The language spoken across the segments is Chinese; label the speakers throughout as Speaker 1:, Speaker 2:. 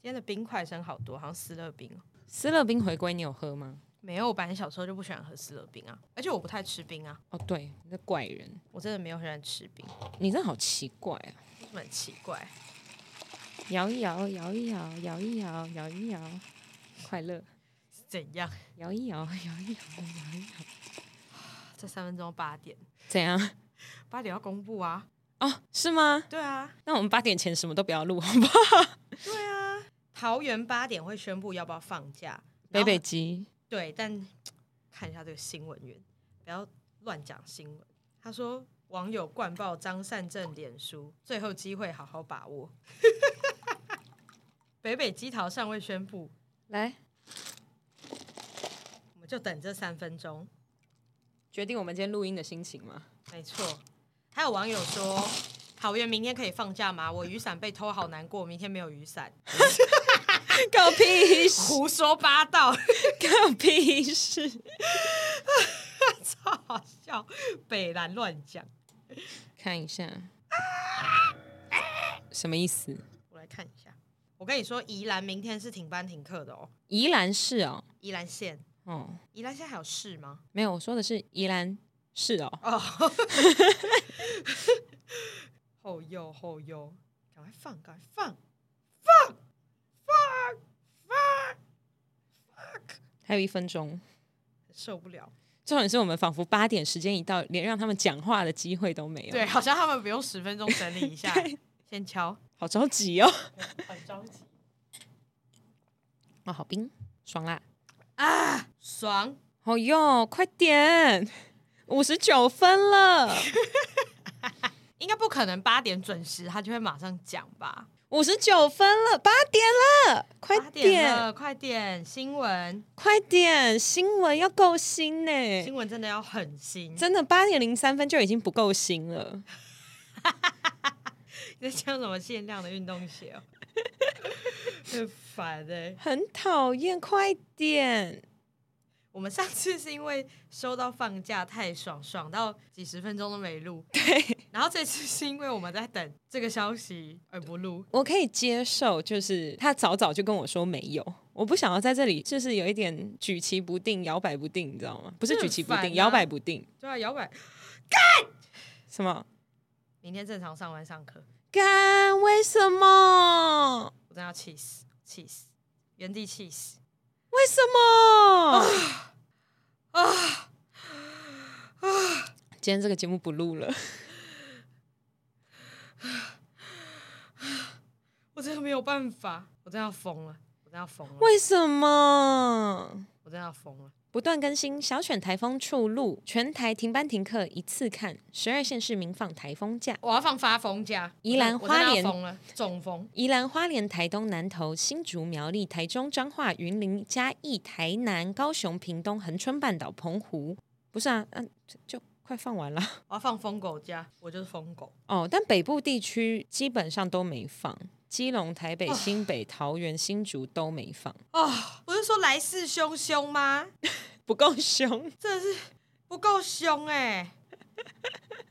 Speaker 1: 今天的冰块剩好多，好像斯乐冰哦。
Speaker 2: 斯乐冰回归你有喝吗？
Speaker 1: 没有，我本来小时候就不喜欢喝斯乐冰啊，而且我不太吃冰啊，
Speaker 2: 哦，对，你这怪人，
Speaker 1: 我真的没有很喜欢吃冰，
Speaker 2: 你真的好奇怪啊！
Speaker 1: 为什么很奇怪？
Speaker 2: 摇一摇，摇一摇，摇一摇，摇一摇，快乐，
Speaker 1: 怎样？
Speaker 2: 摇一摇，摇一摇，摇一摇，
Speaker 1: 这三分钟八点，
Speaker 2: 怎样？
Speaker 1: 八点要公布啊。
Speaker 2: 哦，是吗？
Speaker 1: 对啊，
Speaker 2: 那我们八点前什么都不要录，好不好？
Speaker 1: 对啊，桃园八点会宣布要不要放假。然
Speaker 2: 北
Speaker 1: 后
Speaker 2: 北基，
Speaker 1: 对，但看一下这个新闻源，不要乱讲新闻。他说网友灌爆张善政脸书，最后机会好好把握。 北北基桃尚未宣布，
Speaker 2: 来
Speaker 1: 我们就等这三分钟。
Speaker 2: 决定我们今天录音的心情吗？
Speaker 1: 没错，还有网友说，桃园明天可以放假吗？我雨伞被偷，好难过，明天没有雨伞。
Speaker 2: 搞屁事！
Speaker 1: 胡说八道，
Speaker 2: 搞屁事！
Speaker 1: 超好笑，北兰乱讲。
Speaker 2: 看一下，什么意思？
Speaker 1: 我来看一下，我跟你说，宜兰明天是停班停课的哦，
Speaker 2: 宜兰市哦，
Speaker 1: 宜兰县，
Speaker 2: 哦，
Speaker 1: 宜兰县还有市吗？
Speaker 2: 没有，我说的是宜兰市哦。
Speaker 1: 哦，后右后右，赶快放，赶快放，
Speaker 2: 还有一分钟。
Speaker 1: 受不了。
Speaker 2: 重点是我们仿佛八点时间一到，连让他们讲话的机会都没有。，
Speaker 1: 对，，好像他们不用十分钟整理一 下
Speaker 2: 对
Speaker 1: 先敲，
Speaker 2: 好着急哦。
Speaker 1: 很着急
Speaker 2: 哦，好冰，爽啦！
Speaker 1: 啊，爽。
Speaker 2: 好哦哟，快点，五十九 分了，
Speaker 1: 应该不可能八点准时，他就会马上讲吧？
Speaker 2: 五十九分了，八点了，快
Speaker 1: 八点了，快点！新闻，
Speaker 2: 快点，新闻要够新呢、
Speaker 1: 新闻真的要狠心。
Speaker 2: 真的八点零三分就已经不够新了。
Speaker 1: 你在穿什么限量的运动鞋哦？ 很烦哎、
Speaker 2: 很讨厌，快点！
Speaker 1: 我们上次是因为收到放假太爽，爽到几十分钟都没录。
Speaker 2: 对
Speaker 1: 然后这次是因为我们在等这个消息而不录，
Speaker 2: 我可以接受，就是他早早就跟我说没有，我不想要在这里，就是有一点举棋不定、摇摆不定，你知道吗？不是
Speaker 1: 这很
Speaker 2: 举棋不
Speaker 1: 烦
Speaker 2: 定，
Speaker 1: 啊
Speaker 2: 摇摆不定，
Speaker 1: 对啊，摇摆。
Speaker 2: 什么？
Speaker 1: 明天正常上班上课，
Speaker 2: 干？为什么？
Speaker 1: 我真的要气死，气死，原地气死
Speaker 2: 为什么？
Speaker 1: 啊！
Speaker 2: 啊今天这个节目不录了，
Speaker 1: 我真的没有办法，我真的要疯了，我真的要疯了，
Speaker 2: 为什么？
Speaker 1: 我真的要疯了。
Speaker 2: 不断更新小选台风触路，全台停班停课一次看，十二县市民放台风假。
Speaker 1: 我要放发疯假，
Speaker 2: 宜兰
Speaker 1: 我真的
Speaker 2: 花
Speaker 1: 要
Speaker 2: 莲
Speaker 1: 疯了，中风。
Speaker 2: 宜兰、花莲、台东、南投、新竹、苗栗、台中、彰化、云林、嘉义、台南、高雄、屏东、恒春半岛、澎湖，不是啊，嗯、就就快放完了
Speaker 1: 我要放疯狗假，我就是疯狗。
Speaker 2: 哦。但北部地区基本上都没放，基隆、台北、新北、桃园、新竹都没放，
Speaker 1: 哦，不是说来势汹汹吗？
Speaker 2: 不够凶。
Speaker 1: 真的是不够凶哎、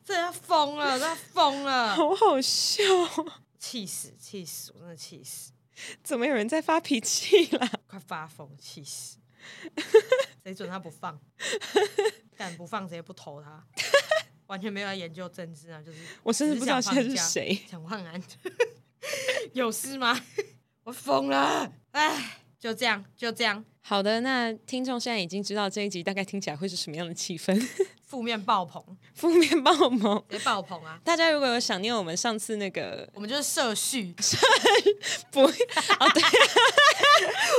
Speaker 1: 真的要疯了，真的要疯了，
Speaker 2: 好好笑，
Speaker 1: 气死气死，我真的气死，
Speaker 2: 怎么有人在发脾气啦？
Speaker 1: 快发疯，气死！谁准他不放？敢不放谁也不投他，完全没有来研究政治啊，就是
Speaker 2: 我甚至不知道现在是谁。
Speaker 1: 蒋万安， 有事吗？我疯了！哎，就这样，就这样，
Speaker 2: 好的，那听众现在已经知道这一集大概听起来会是什么样的气氛，
Speaker 1: 负面爆棚，
Speaker 2: 负面爆棚。
Speaker 1: 直接爆棚啊！
Speaker 2: 大家如果有想念我们上次那个，
Speaker 1: 我们就是社畜，
Speaker 2: 不 哦，对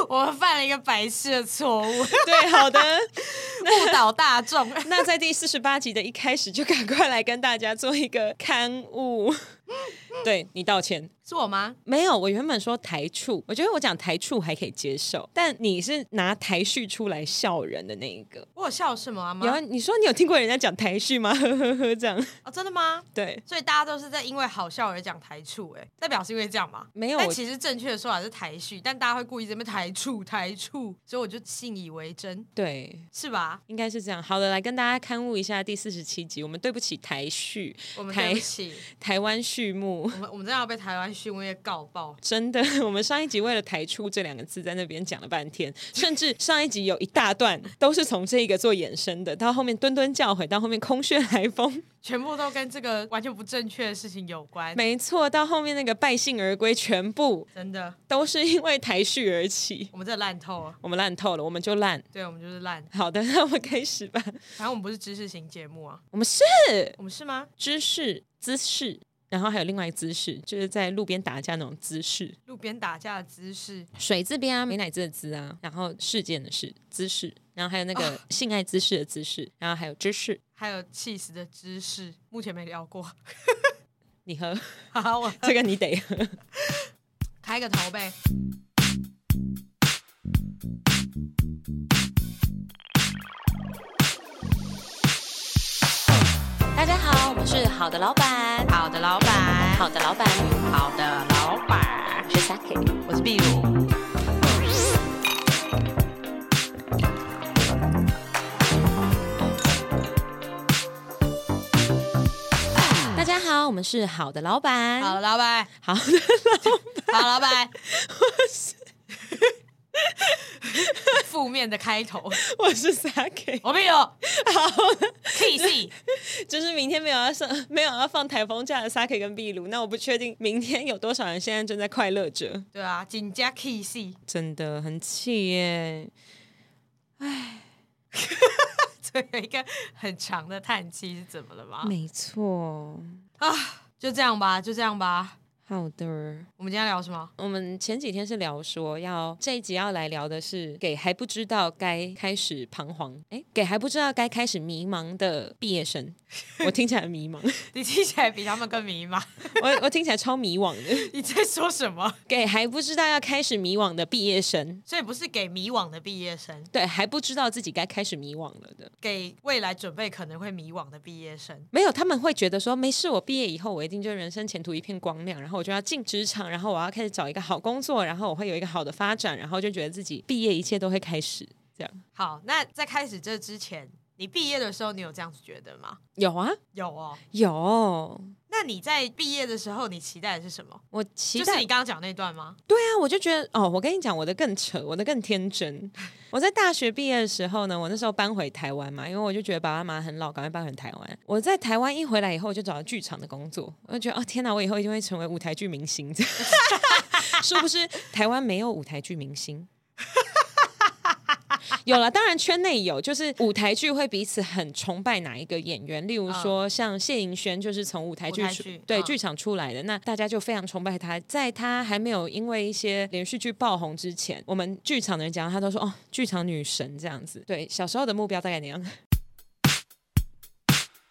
Speaker 1: 我们犯了一个白痴的错误，
Speaker 2: 对，好的，
Speaker 1: 误导大众。
Speaker 2: 那在第四十八集的一开始就赶快来跟大家做一个刊物， 对你道歉。
Speaker 1: 是我吗？
Speaker 2: 没有，我原本说台畜，我觉得我讲台畜还可以接受，但你是拿台序出来笑人的那一个。
Speaker 1: 我有笑什么啊
Speaker 2: 然后
Speaker 1: 吗？
Speaker 2: 你说你有听过人家讲台序吗？ 呵呵呵，这样
Speaker 1: 哦，真的吗？
Speaker 2: 对，
Speaker 1: 所以大家都是在因为好笑而讲台畜、哎，代表是因为这样吗？
Speaker 2: 没有
Speaker 1: 但
Speaker 2: 我
Speaker 1: 其实正确的说法是台序，但大家会故意这边台畜台畜，所以我就信以为真，
Speaker 2: 对。
Speaker 1: 是吧？
Speaker 2: 应该是这样。好的，来跟大家刊物一下第四十七集。我们对不起台序、
Speaker 1: 我们
Speaker 2: 台
Speaker 1: 对不起，
Speaker 2: 台湾序幕，
Speaker 1: 我们我们真的要被台湾新闻业告爆。
Speaker 2: 真的， 我们上一集为了“台出”这两个字在那边讲了半天，甚至上一集有一大段都是从这个做衍生的，到后面敦敦教诲，到后面空穴来风，
Speaker 1: 全部都跟这个完全不正确的事情有关，
Speaker 2: 没错，到后面那个败兴而归，全部
Speaker 1: 真的，
Speaker 2: 都是因为台序而起。
Speaker 1: 我们这烂透了。
Speaker 2: 我们烂透了，我们就烂。
Speaker 1: 对，我们就是烂。
Speaker 2: 好的，那我们开始吧。
Speaker 1: 反正我们不是知识型节目啊，
Speaker 2: 我们是
Speaker 1: 我们是吗？
Speaker 2: 知识姿势，然后还有另外一个姿势，就是在路边打架那种姿势。
Speaker 1: 路边打架的姿势，
Speaker 2: 水字边啊，美乃滋的滋啊，然后事件的事姿势，然后还有那个性爱姿势的姿势，然后还有知识。
Speaker 1: 还有气死的姿势，目前没聊过。
Speaker 2: 你喝
Speaker 1: 好，我
Speaker 2: 这个你得喝，
Speaker 1: 开个头呗。
Speaker 2: 大家好，我们是好的老板，
Speaker 1: 好的，老板。
Speaker 2: 好的老板，
Speaker 1: 好的，老板。
Speaker 2: 是 Saki。
Speaker 1: 我是壁如。
Speaker 2: 大家好，我们是好的老板，
Speaker 1: 好的，老板。
Speaker 2: 好 的
Speaker 1: 好，老板。 负面的开头，
Speaker 2: 我是 Saki。
Speaker 1: 我壁如
Speaker 2: 好，
Speaker 1: 气死。
Speaker 2: 就是明天没有要上， 没有要放台风假的 Saki 跟壁炉，那我不确定明天有多少人现在正在快乐着，
Speaker 1: 对啊，紧加气死。
Speaker 2: 真的很气耶。
Speaker 1: 对，有一个很长的叹气是怎么了吗？
Speaker 2: 没错，
Speaker 1: 就这样吧，就这样吧。
Speaker 2: 好的。
Speaker 1: 我们今天聊什么？
Speaker 2: 我们前几天是聊说要这一集要来聊的是给还不知道该开始彷徨，哎，给还不知道该开始迷茫的毕业生，我听起来很迷茫，
Speaker 1: 你听起来比他们更迷茫。
Speaker 2: 我我听起来超迷惘的，
Speaker 1: 你在说什么？
Speaker 2: 给还不知道要开始迷惘的毕业生，
Speaker 1: 所以不是给迷惘的毕业生，
Speaker 2: 对，还不知道自己该开始迷惘了的，
Speaker 1: 给未来准备可能会迷惘的毕业生。
Speaker 2: 没有，他们会觉得说没事，我毕业以后我一定就人生前途一片光亮，然后我就要进职场，然后我要开始找一个好工作，然后我会有一个好的发展，然后就觉得自己毕业一切都会开始这样，
Speaker 1: 好，那在开始这之前，你毕业的时候，你有这样子觉得吗？
Speaker 2: 有啊，
Speaker 1: 有哦。
Speaker 2: 有。
Speaker 1: 那你在毕业的时候，你期待的是什么？
Speaker 2: 我期
Speaker 1: 就
Speaker 2: 待、
Speaker 1: 是你刚刚讲那段吗？
Speaker 2: 对啊，我就觉得哦，我跟你讲，我的更扯，我的更天真。 我在大学毕业的时候呢，我那时候搬回台湾嘛，因为我就觉得爸爸妈妈很老，赶快搬回台湾。我在台湾一回来以后，我就找到剧场的工作，我就觉得哦天哪，我以后一定会成为舞台剧明星。这样 殊不知台湾没有舞台剧明星。有了，当然圈内有，就是舞台剧会彼此很崇拜哪一个演员，例如
Speaker 1: 嗯
Speaker 2: 说像谢盈萱，就是从舞台剧
Speaker 1: 舞台
Speaker 2: 出
Speaker 1: 剧
Speaker 2: 对
Speaker 1: 嗯
Speaker 2: 剧场出来的，那大家就非常崇拜她。在她还没有因为一些连续剧爆红之前，我们剧场的人讲，她都说哦，剧场女神这样子。对，小时候的目标大概那样。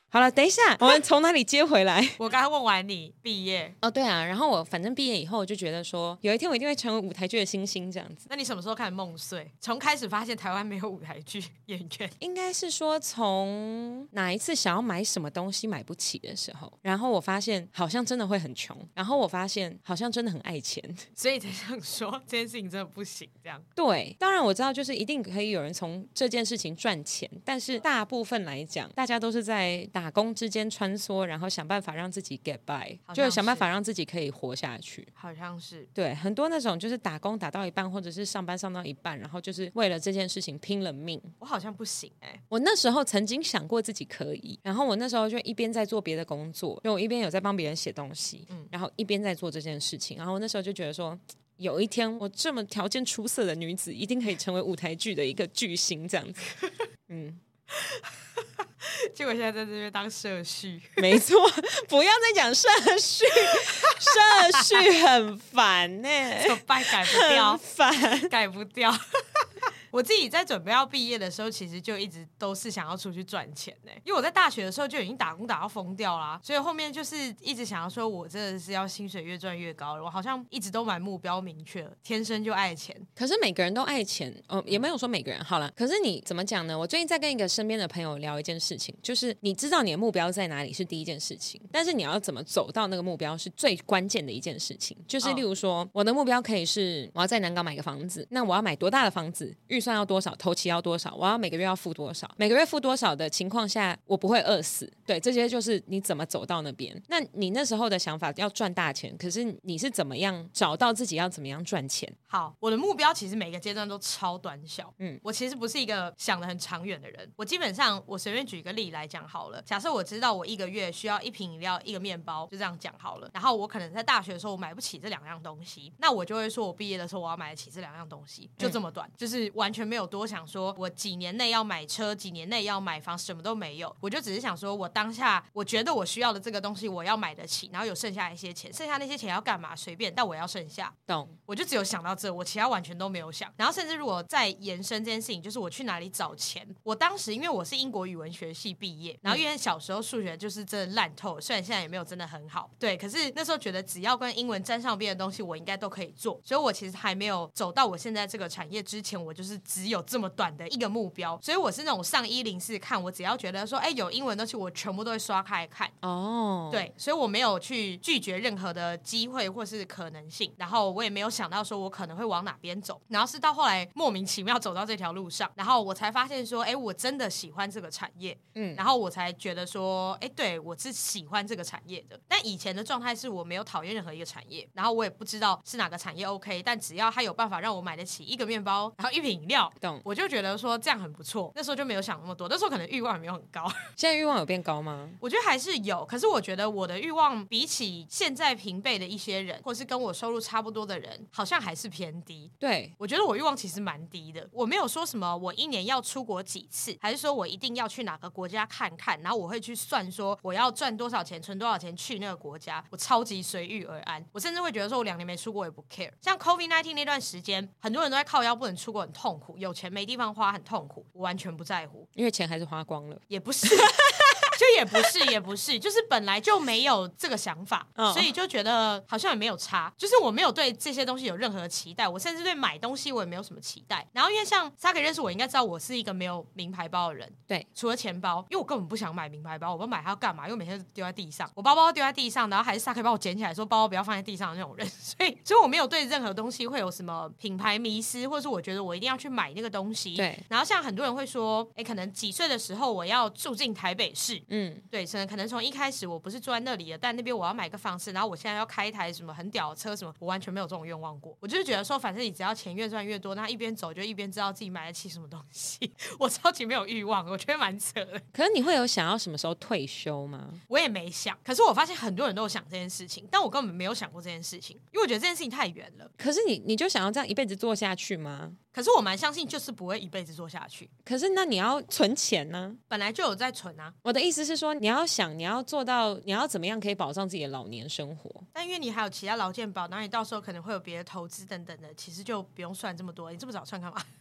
Speaker 2: 好了，等一下，我们从哪里接回来？
Speaker 1: 我刚刚问完你毕业，
Speaker 2: 哦，对啊，然后我反正毕业以后，我就觉得说，有一天我一定会成为舞台剧的星星这样子。
Speaker 1: 那你什么时候开始梦碎？从开始发现台湾没有舞台剧演员，
Speaker 2: 应该是说从哪一次想要买什么东西买不起的时候，然后我发现好像真的会很穷，然后我发现好像真的很爱钱。
Speaker 1: 所以才想说这件事情真的不行，这样
Speaker 2: 对，当然我知道，就是一定可以有人从这件事情赚钱，但是大部分来讲，大家都是在打工之间穿梭，然后想办法让自己 get by，
Speaker 1: 好像
Speaker 2: 就是想办
Speaker 1: 是
Speaker 2: 法让自己可以活下去。
Speaker 1: 好像是
Speaker 2: 对，很多那种就是打工打到一半，或者是上班上到一半，然后就是为了这件事情拼了命。
Speaker 1: 我好像不行哎、
Speaker 2: 我那时候曾经想过自己可以，然后我那时候就一边在做别的工作，就我一边有在帮别人写东西，
Speaker 1: 嗯
Speaker 2: 然后一边在做这件事情，然后我那时候就觉得说。有一天，我这么条件出色的 女子，一定可以成为舞台剧的一个巨星，这样子。嗯，
Speaker 1: 结果现在在这边当社畜，
Speaker 2: 没错，不要再讲社畜，社畜很烦呢、
Speaker 1: 怎么办？改不
Speaker 2: 很
Speaker 1: 掉，
Speaker 2: 烦。
Speaker 1: 改不掉。 我自己在准备要毕业的时候，其实就一直都是想要出去赚钱呢、因为我在大学的时候就已经打工打到疯掉啦，所以后面就是一直想要说，我真的是要薪水越赚越高了。我好像一直都蛮目标明确的，天生就爱钱。
Speaker 2: 可是每个人都爱钱，哦，也没有说每个人好了。可是你怎么讲呢？我最近在跟一个身边的朋友聊一件事情，就是你知道你的目标在哪里是第一件事情，但是你要怎么走到那个目标是最关键的一件事情。就是
Speaker 1: 哦
Speaker 2: 例如说，我的目标可以是我要在南港买个房子，那我要买多大的房子，预算要多少，头期要多少，我要每个月要付多少，每个月付多少的情况下，我不会饿死。对，这些就是你怎么走到那边。那你那时候的想法要赚大钱，可是你是怎么样找到自己要怎么样赚钱？
Speaker 1: 好，我的目标其实每个阶段都超短小。
Speaker 2: 嗯
Speaker 1: 嗯，我其实不是一个想的很长远的人。我基本上，我随便举一个例来讲好了。假设我知道我一个月需要一瓶饮料、一个面包，就这样讲好了。然后我可能在大学的时候我买不起这两样东西，那我就会说我毕业的时候我要买得起这两样东西，就这么短，就是完全没有多想说我几年内要买车，几年内要买房，什么都没有。我就只是想说我当下我觉得我需要的这个东西我要买得起，然后有剩下一些钱，剩下那些钱要干嘛随便，但我要剩下。
Speaker 2: 懂？
Speaker 1: 我就只有想到这，我其他完全都没有想。然后甚至如果再延伸这件事情，就是我去哪里找钱。我当时因为我是英国语文学系毕业，然后因为小时候数学就是真的烂透了，虽然现在也没有真的很好，对，可是那时候觉得只要跟英文沾上边的东西，我应该都可以做。所以我其实还没有走到我现在这个产业之前，我就是只有这么短的一个目标。所以我是那种上一零四看，我只要觉得说，哎，有英文的东西，我全部都会刷开来看。
Speaker 2: 哦，，
Speaker 1: 对，所以我没有去拒绝任何的机会或是可能性，然后我也没有想到说我可能会往哪边走，然后是到后来莫名其妙走到这条路上，然后我才发现说，哎，我真的喜欢这个产业，
Speaker 2: 嗯
Speaker 1: 然后我才觉得说，哎，对我是喜欢这个产业的。但以前的状态是我没有讨厌任何一个产业，然后我也不知道是哪个产业 OK，但只要它有办法让我买得起一个面包，然后一瓶饮料，
Speaker 2: 懂
Speaker 1: 我就觉得说这样很不错。那时候就没有想那么多，那时候可能欲望也没有很高。
Speaker 2: 现在欲望有变高吗？
Speaker 1: 我觉得还是有，可是我觉得我的欲望比起现在平辈的一些人，或是跟我收入差不多的人，好像还是偏低。
Speaker 2: 对，
Speaker 1: 我觉得我欲望其实蛮低的，我没有说什么我一年要出国几次，还是说我一定要去哪个国家看看，然后我会去算说我要赚多少钱，存多少钱去那个国家，我超级随遇而安。我甚至会觉得说我两年没出国也不 care。像 COVID 1 9那段时间，很多人都在靠腰不能出国很痛苦，有钱没地方花很痛苦，我完全不在乎。
Speaker 2: 因为钱还是花光了。
Speaker 1: 也不是， 就也不是，也不是，就是本来就没有这个想法，
Speaker 2: 嗯
Speaker 1: 所以就觉得好像也没有差。就是我没有对这些东西有任何期待，我甚至对买东西我也没有什么期待。然后因为像 s a k 认识我，应该知道我是一个没有名牌包的人，
Speaker 2: 对，
Speaker 1: 除了钱包，因为我根本不想买名牌包，我不买它要干嘛？因为每天都丢在地上，我包包丢在地上，然后还是 Saki 帮我捡起来说包包不要放在地上的那种人， 所以所以我没有对任何东西会有什么品牌迷失，或者是我觉得我一定要去买那个东西。
Speaker 2: 对
Speaker 1: 然后像很多人会说，哎，可能几岁的时候我要住进台北市，
Speaker 2: 嗯，
Speaker 1: 对，可能可能从一开始我不是住在那里的，但那边我要买个房子，然后我现在要开一台什么很屌的车什么，我完全没有这种愿望过。我就是觉得说，反正你只要钱越赚越多，那一边走就一边知道自己买得起什么东西。 我超级没有欲望，我觉得蛮扯的。
Speaker 2: 可是你会有想要什么时候退休吗？
Speaker 1: 我也没想，可是我发现很多人都有想这件事情，但我根本没有想过这件事情，因为我觉得这件事情太远了。
Speaker 2: 可是你你就想要这样一辈子做下去吗？
Speaker 1: 可是我蛮相信，就是不会一辈子做下去。
Speaker 2: 可是那你要存钱呢、
Speaker 1: 本来就有在存啊，
Speaker 2: 我的意思是说，你要想你要做到，你要怎么样可以保障自己的老年生活？
Speaker 1: 但因为你还有其他劳健保，然后你到时候可能会有别的投资等等的，其实就不用算这么多。你这么早算干嘛？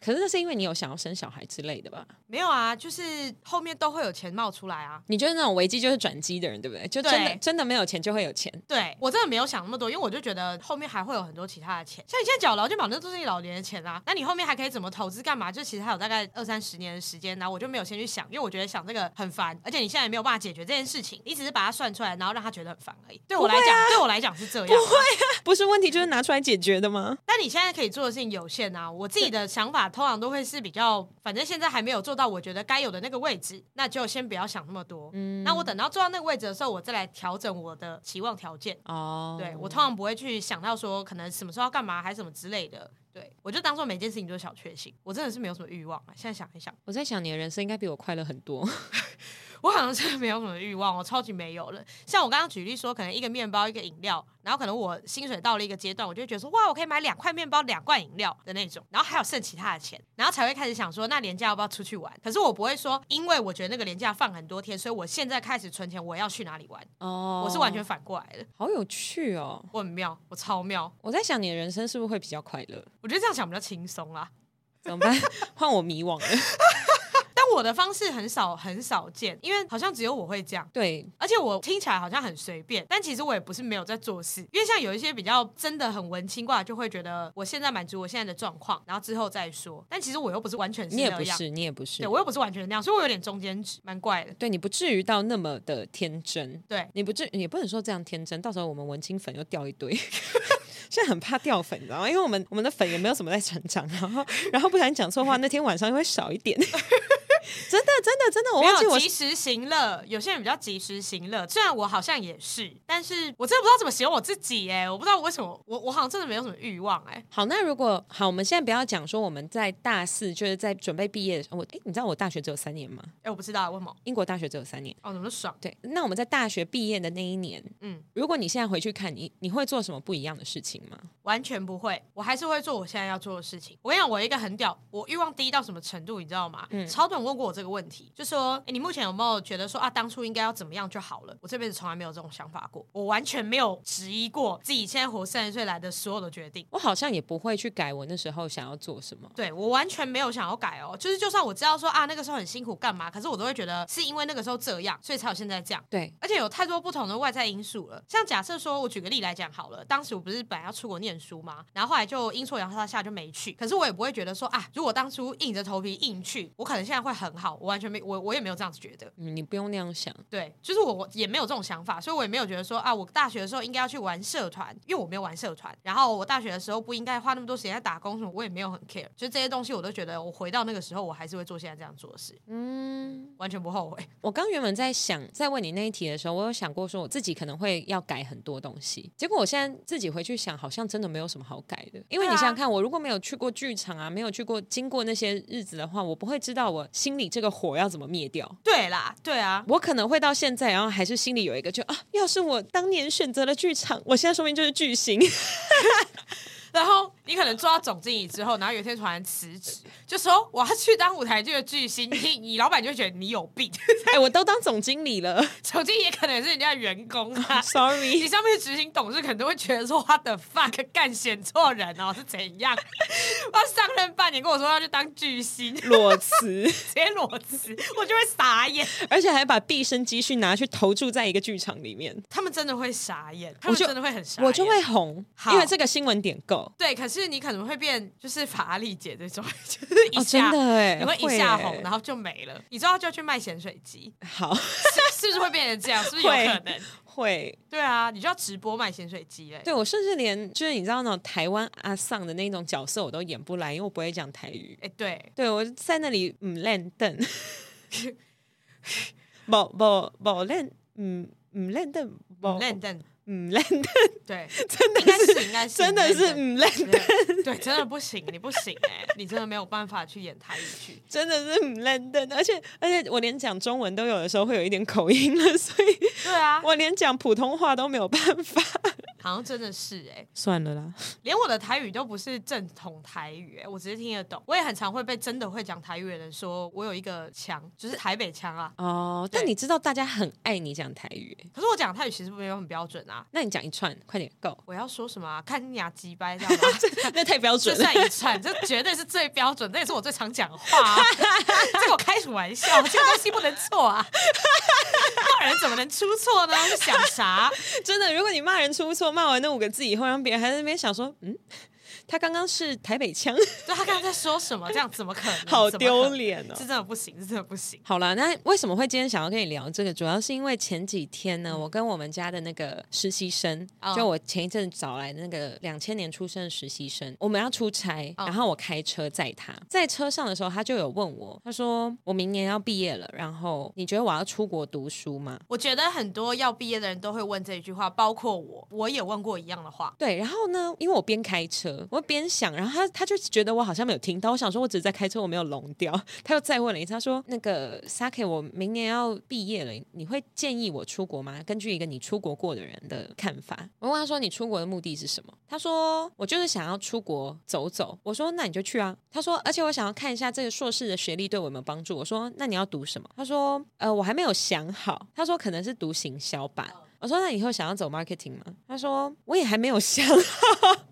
Speaker 2: 可是那是因为你有想要生小孩之类的吧？
Speaker 1: 没有啊，就是后面都会有钱冒出来啊。
Speaker 2: 你就是那种危机就是转机的人，对不对？就真的
Speaker 1: 对
Speaker 2: 真的没有钱就会有钱，
Speaker 1: 对我真的没有想那么多，因为我就觉得后面还会有很多其他的钱。像你现在缴劳健保，那都是你老年的钱啦、那你后面还可以怎么投资干嘛？就其实还有大概二三十年的时间，然后我就没有先去想，因为我觉得想这个很烦，而且你现在也没有办法解决这件事情，你只是把它算出来，然后让他觉得很烦而已。对我来讲，对我来讲是这样啊。
Speaker 2: 不是问题就是拿出来解决的吗？
Speaker 1: 但你现在可以做的事情有限啊。我自己的想法通常都会是比较，反正现在还没有做到我觉得该有的那个位置，那就先不要想那么多。嗯，那我等到做到那个位置的时候，我再来调整我的期望条件。
Speaker 2: 哦，
Speaker 1: 对我通常不会去想到说可能什么时候要干嘛还是什么之类的。对我就当做每件事情都是小确幸，我真的是没有什么欲望啊。现在想一想，
Speaker 2: 我在想你的人生应该比我快乐很多。
Speaker 1: 我好像真的没有什么欲望，我超级没有了。像我刚刚举例说，可能一个面包一个饮料，然后可能我薪水到了一个阶段，我就会觉得说，哇，我可以买两块面包两罐饮料的那种，然后还有剩其他的钱，然后才会开始想说，那廉价要不要出去玩？可是我不会说，因为我觉得那个廉价放很多天，所以我现在开始存钱，我要去哪里玩？
Speaker 2: 哦
Speaker 1: 我是完全反过来的，
Speaker 2: 好有趣哦。
Speaker 1: 我很妙，我超妙，
Speaker 2: 我在想你的人生是不是会比较快乐？
Speaker 1: 我觉得这样想比较轻松啦。
Speaker 2: 怎么办？ 换我迷惘了。
Speaker 1: 但我的方式很少很少见，因为好像只有我会这样。
Speaker 2: 对，
Speaker 1: 而且我听起来好像很随便，但其实我也不是没有在做事，因为像有一些比较真的很文青挂，就会觉得我现在满足我现在的状况，然后之后再说。但其实我又不是完全是
Speaker 2: 你也
Speaker 1: 那
Speaker 2: 不
Speaker 1: 样，
Speaker 2: 是，你也不是
Speaker 1: 对，我又不是完全那样，所以我有点中间值，蛮怪的。
Speaker 2: 对你不至于到那么的天真。
Speaker 1: 对
Speaker 2: 你不至你也不能说这样天真，到时候我们文青粉又掉一堆。 现在很怕掉粉，你知道吗？因为我们我们的粉也没有什么在成长，然后然后不然讲错话，那天晚上又会少一点。 真的真的真的，我
Speaker 1: 没
Speaker 2: 忘记
Speaker 1: 有
Speaker 2: 我
Speaker 1: 及时行乐，有些人比较及时行乐，虽然我好像也是，但是我真的不知道怎么形容我自己耶、我不知道为什么我我好像真的没有什么欲望哎、
Speaker 2: 好，那如果好，我们现在不要讲说我们在大四就是在准备毕业的时候，我哎，你知道我大学只有三年吗？
Speaker 1: 哎、我不知道为什么
Speaker 2: 英国大学只有三年。
Speaker 1: 哦，怎么都爽
Speaker 2: 对，那我们在大学毕业的那一年，
Speaker 1: 嗯
Speaker 2: 嗯，如果你现在回去看，你你会做什么不一样的事情吗？
Speaker 1: 完全不会，我还是会做我现在要做的事情。我跟你讲，我有一个很屌，我欲望低到什么程度，你知道吗？超多人问过我这个问题，就说：“哎、你目前有没有觉得说啊，当初应该要怎么样就好了？”我这辈子从来没有这种想法过，我完全没有质疑过自己现在活三十岁来的所有的决定。
Speaker 2: 我好像也不会去改我那时候想要做什么。
Speaker 1: 对我完全没有想要改哦，就是就算我知道说啊那个时候很辛苦干嘛，可是我都会觉得是因为那个时候这样，所以才有现在这样。
Speaker 2: 对，
Speaker 1: 而且有太多不同的外在因素了。像假设说，我举个例来讲好了，当时我不是本来要出国念书嘛，然后后来就阴错阳差下就没去。可是我也不会觉得说啊，如果当初硬着头皮硬去，我可能现在会很好。我完全没，我我也没有这样子觉得。
Speaker 2: 嗯你不用那样想。
Speaker 1: 对，就是我我也没有这种想法，所以我也没有觉得说啊，我大学的时候应该要去玩社团，因为我没有玩社团。然后我大学的时候不应该花那么多时间在打工什么，我也没有很 care。就是这些东西，我都觉得我回到那个时候，我还是会做现在这样做的事，
Speaker 2: 嗯，
Speaker 1: 完全不后悔。
Speaker 2: 我刚原本在想，在问你那一题的时候，我有想过说我自己可能会要改很多东西。结果我现在自己回去想，好像真的没有什么好改的。因为
Speaker 1: 对啊
Speaker 2: 你想想看，我如果没有去过剧场啊，没有去过经过那些日子的话，我不会知道我心里这个火要怎么灭掉。
Speaker 1: 对啦，对啊，
Speaker 2: 我可能会到现在，然后还是心里有一个就啊，要是我当年选择了剧场，我现在说不定就是巨星。
Speaker 1: 然后你可能做到总经理之后，然后有一天突然辞职，就说我要去当舞台剧的巨星，你你老板就会觉得你有病。
Speaker 2: 哎、我都当总经理了
Speaker 1: 总经理也可能是人家的员工啊。你
Speaker 2: ，sorry。
Speaker 1: 上面的执行董事可能都会觉得说 What the fuck，干选错人哦，是怎样？ 我上任半年跟我说要去当巨星，直
Speaker 2: 裸辞，
Speaker 1: 接裸辞，我就会傻眼。
Speaker 2: 而且还把毕生积蓄拿去投注在一个剧场里面，
Speaker 1: 他们真的会傻眼，他
Speaker 2: 我
Speaker 1: 们
Speaker 2: 就
Speaker 1: 真的会很傻眼。
Speaker 2: 我就会红，
Speaker 1: 好
Speaker 2: 因为这个新闻点够
Speaker 1: 对，可是你可能会变就是法拉利姐这种， 就是一
Speaker 2: 哦，
Speaker 1: 下、
Speaker 2: 真的哎，
Speaker 1: 你会一下
Speaker 2: 会
Speaker 1: 红，然后就没了。你知道就去卖咸水鸡，
Speaker 2: 好
Speaker 1: 是是不是会变成这样？是不是有可能？
Speaker 2: 会，
Speaker 1: 对啊，你就要直播卖咸水鸡嘞。
Speaker 2: 对我甚至连就是你知道那种台湾阿丧的那种角色我都演不来，因为我不会讲台语。
Speaker 1: 哎、对，
Speaker 2: 对我在那里嗯烂凳， 不不不烂嗯嗯烂凳，不
Speaker 1: 认真，
Speaker 2: 嗯烂 凳，
Speaker 1: 对，
Speaker 2: 真的
Speaker 1: 应该
Speaker 2: 是
Speaker 1: 是应该是
Speaker 2: 真的是
Speaker 1: 嫩
Speaker 2: 嗯烂
Speaker 1: 嫩
Speaker 2: 凳，
Speaker 1: 对对，真的不行，你不行哎、你真的没有办法去演台语剧。
Speaker 2: 真的是嗯烂凳，而且而且我连讲中文都有的时候会有一点口音了，所以
Speaker 1: 对啊，
Speaker 2: 我连讲普通话都没有办法。
Speaker 1: 好像真的是哎、
Speaker 2: 算了啦，
Speaker 1: 连我的台语都不是正统台语、哎，我只是听得懂。我也很常会被真的会讲台语的人说我有一个腔，就是台北腔啊。
Speaker 2: 哦，但
Speaker 1: 对
Speaker 2: 你知道大家很爱你讲台语，
Speaker 1: 可是我讲台语其实没有很标准啊。，
Speaker 2: 那你讲一串，快点够
Speaker 1: 我要说什么、啊？看你俩鸡掰，知道吗？
Speaker 2: 那太 标
Speaker 1: 这
Speaker 2: 准了
Speaker 1: 算。一串，这绝对是最标准，这也是我最常讲的话、啊。 这个我开什么玩笑？这个东西不能错啊！骂人怎么能出错呢？是想啥？ 啊
Speaker 2: 真的，如果你骂人出错，骂完那五个字以后，让别人还在那边想说，嗯，他刚刚是台北腔，
Speaker 1: 就他刚刚在说什么？这样怎么可能？
Speaker 2: 好
Speaker 1: 嗯怎么可能
Speaker 2: 丢脸哦
Speaker 1: 这。真的不行，这真的不行。
Speaker 2: 好啦，那为什么会今天想要跟你聊这个？主要是因为前几天呢，我跟我们家的那个实习生，
Speaker 1: 哦
Speaker 2: 就我前一阵找来的那个两千年出生的实习生，我们要出差，然后我开车载他，在车上的时候，他就有问我，他说我明年要毕业了，然后你觉得我要出国读书吗？
Speaker 1: 我觉得很多要毕业的人都会问这一句话，包括我，我也问过一样的话。
Speaker 2: 对，然后呢，因为我边开车，我我边想，然后他他就觉得我好像没有听到，我想说我只是在开车，我没有聋掉。 他又再问了一次，他说：“那个 Saki，我明年要毕业了，你会建议我出国吗？根据一个你出国过的人的看法。”我问他说：“你出国的目的是什么？”他说：“我就是想要出国走走。”我说：“那你就去啊。”他说：“而且我想要看一下这个硕士的学历对我有没有帮助。”我说：“那你要读什么？”他说：“呃，我还没有想好。”他说：“可能是读行销吧。”我说：“那以后想要走 marketing 吗？”他说：“我也还没有想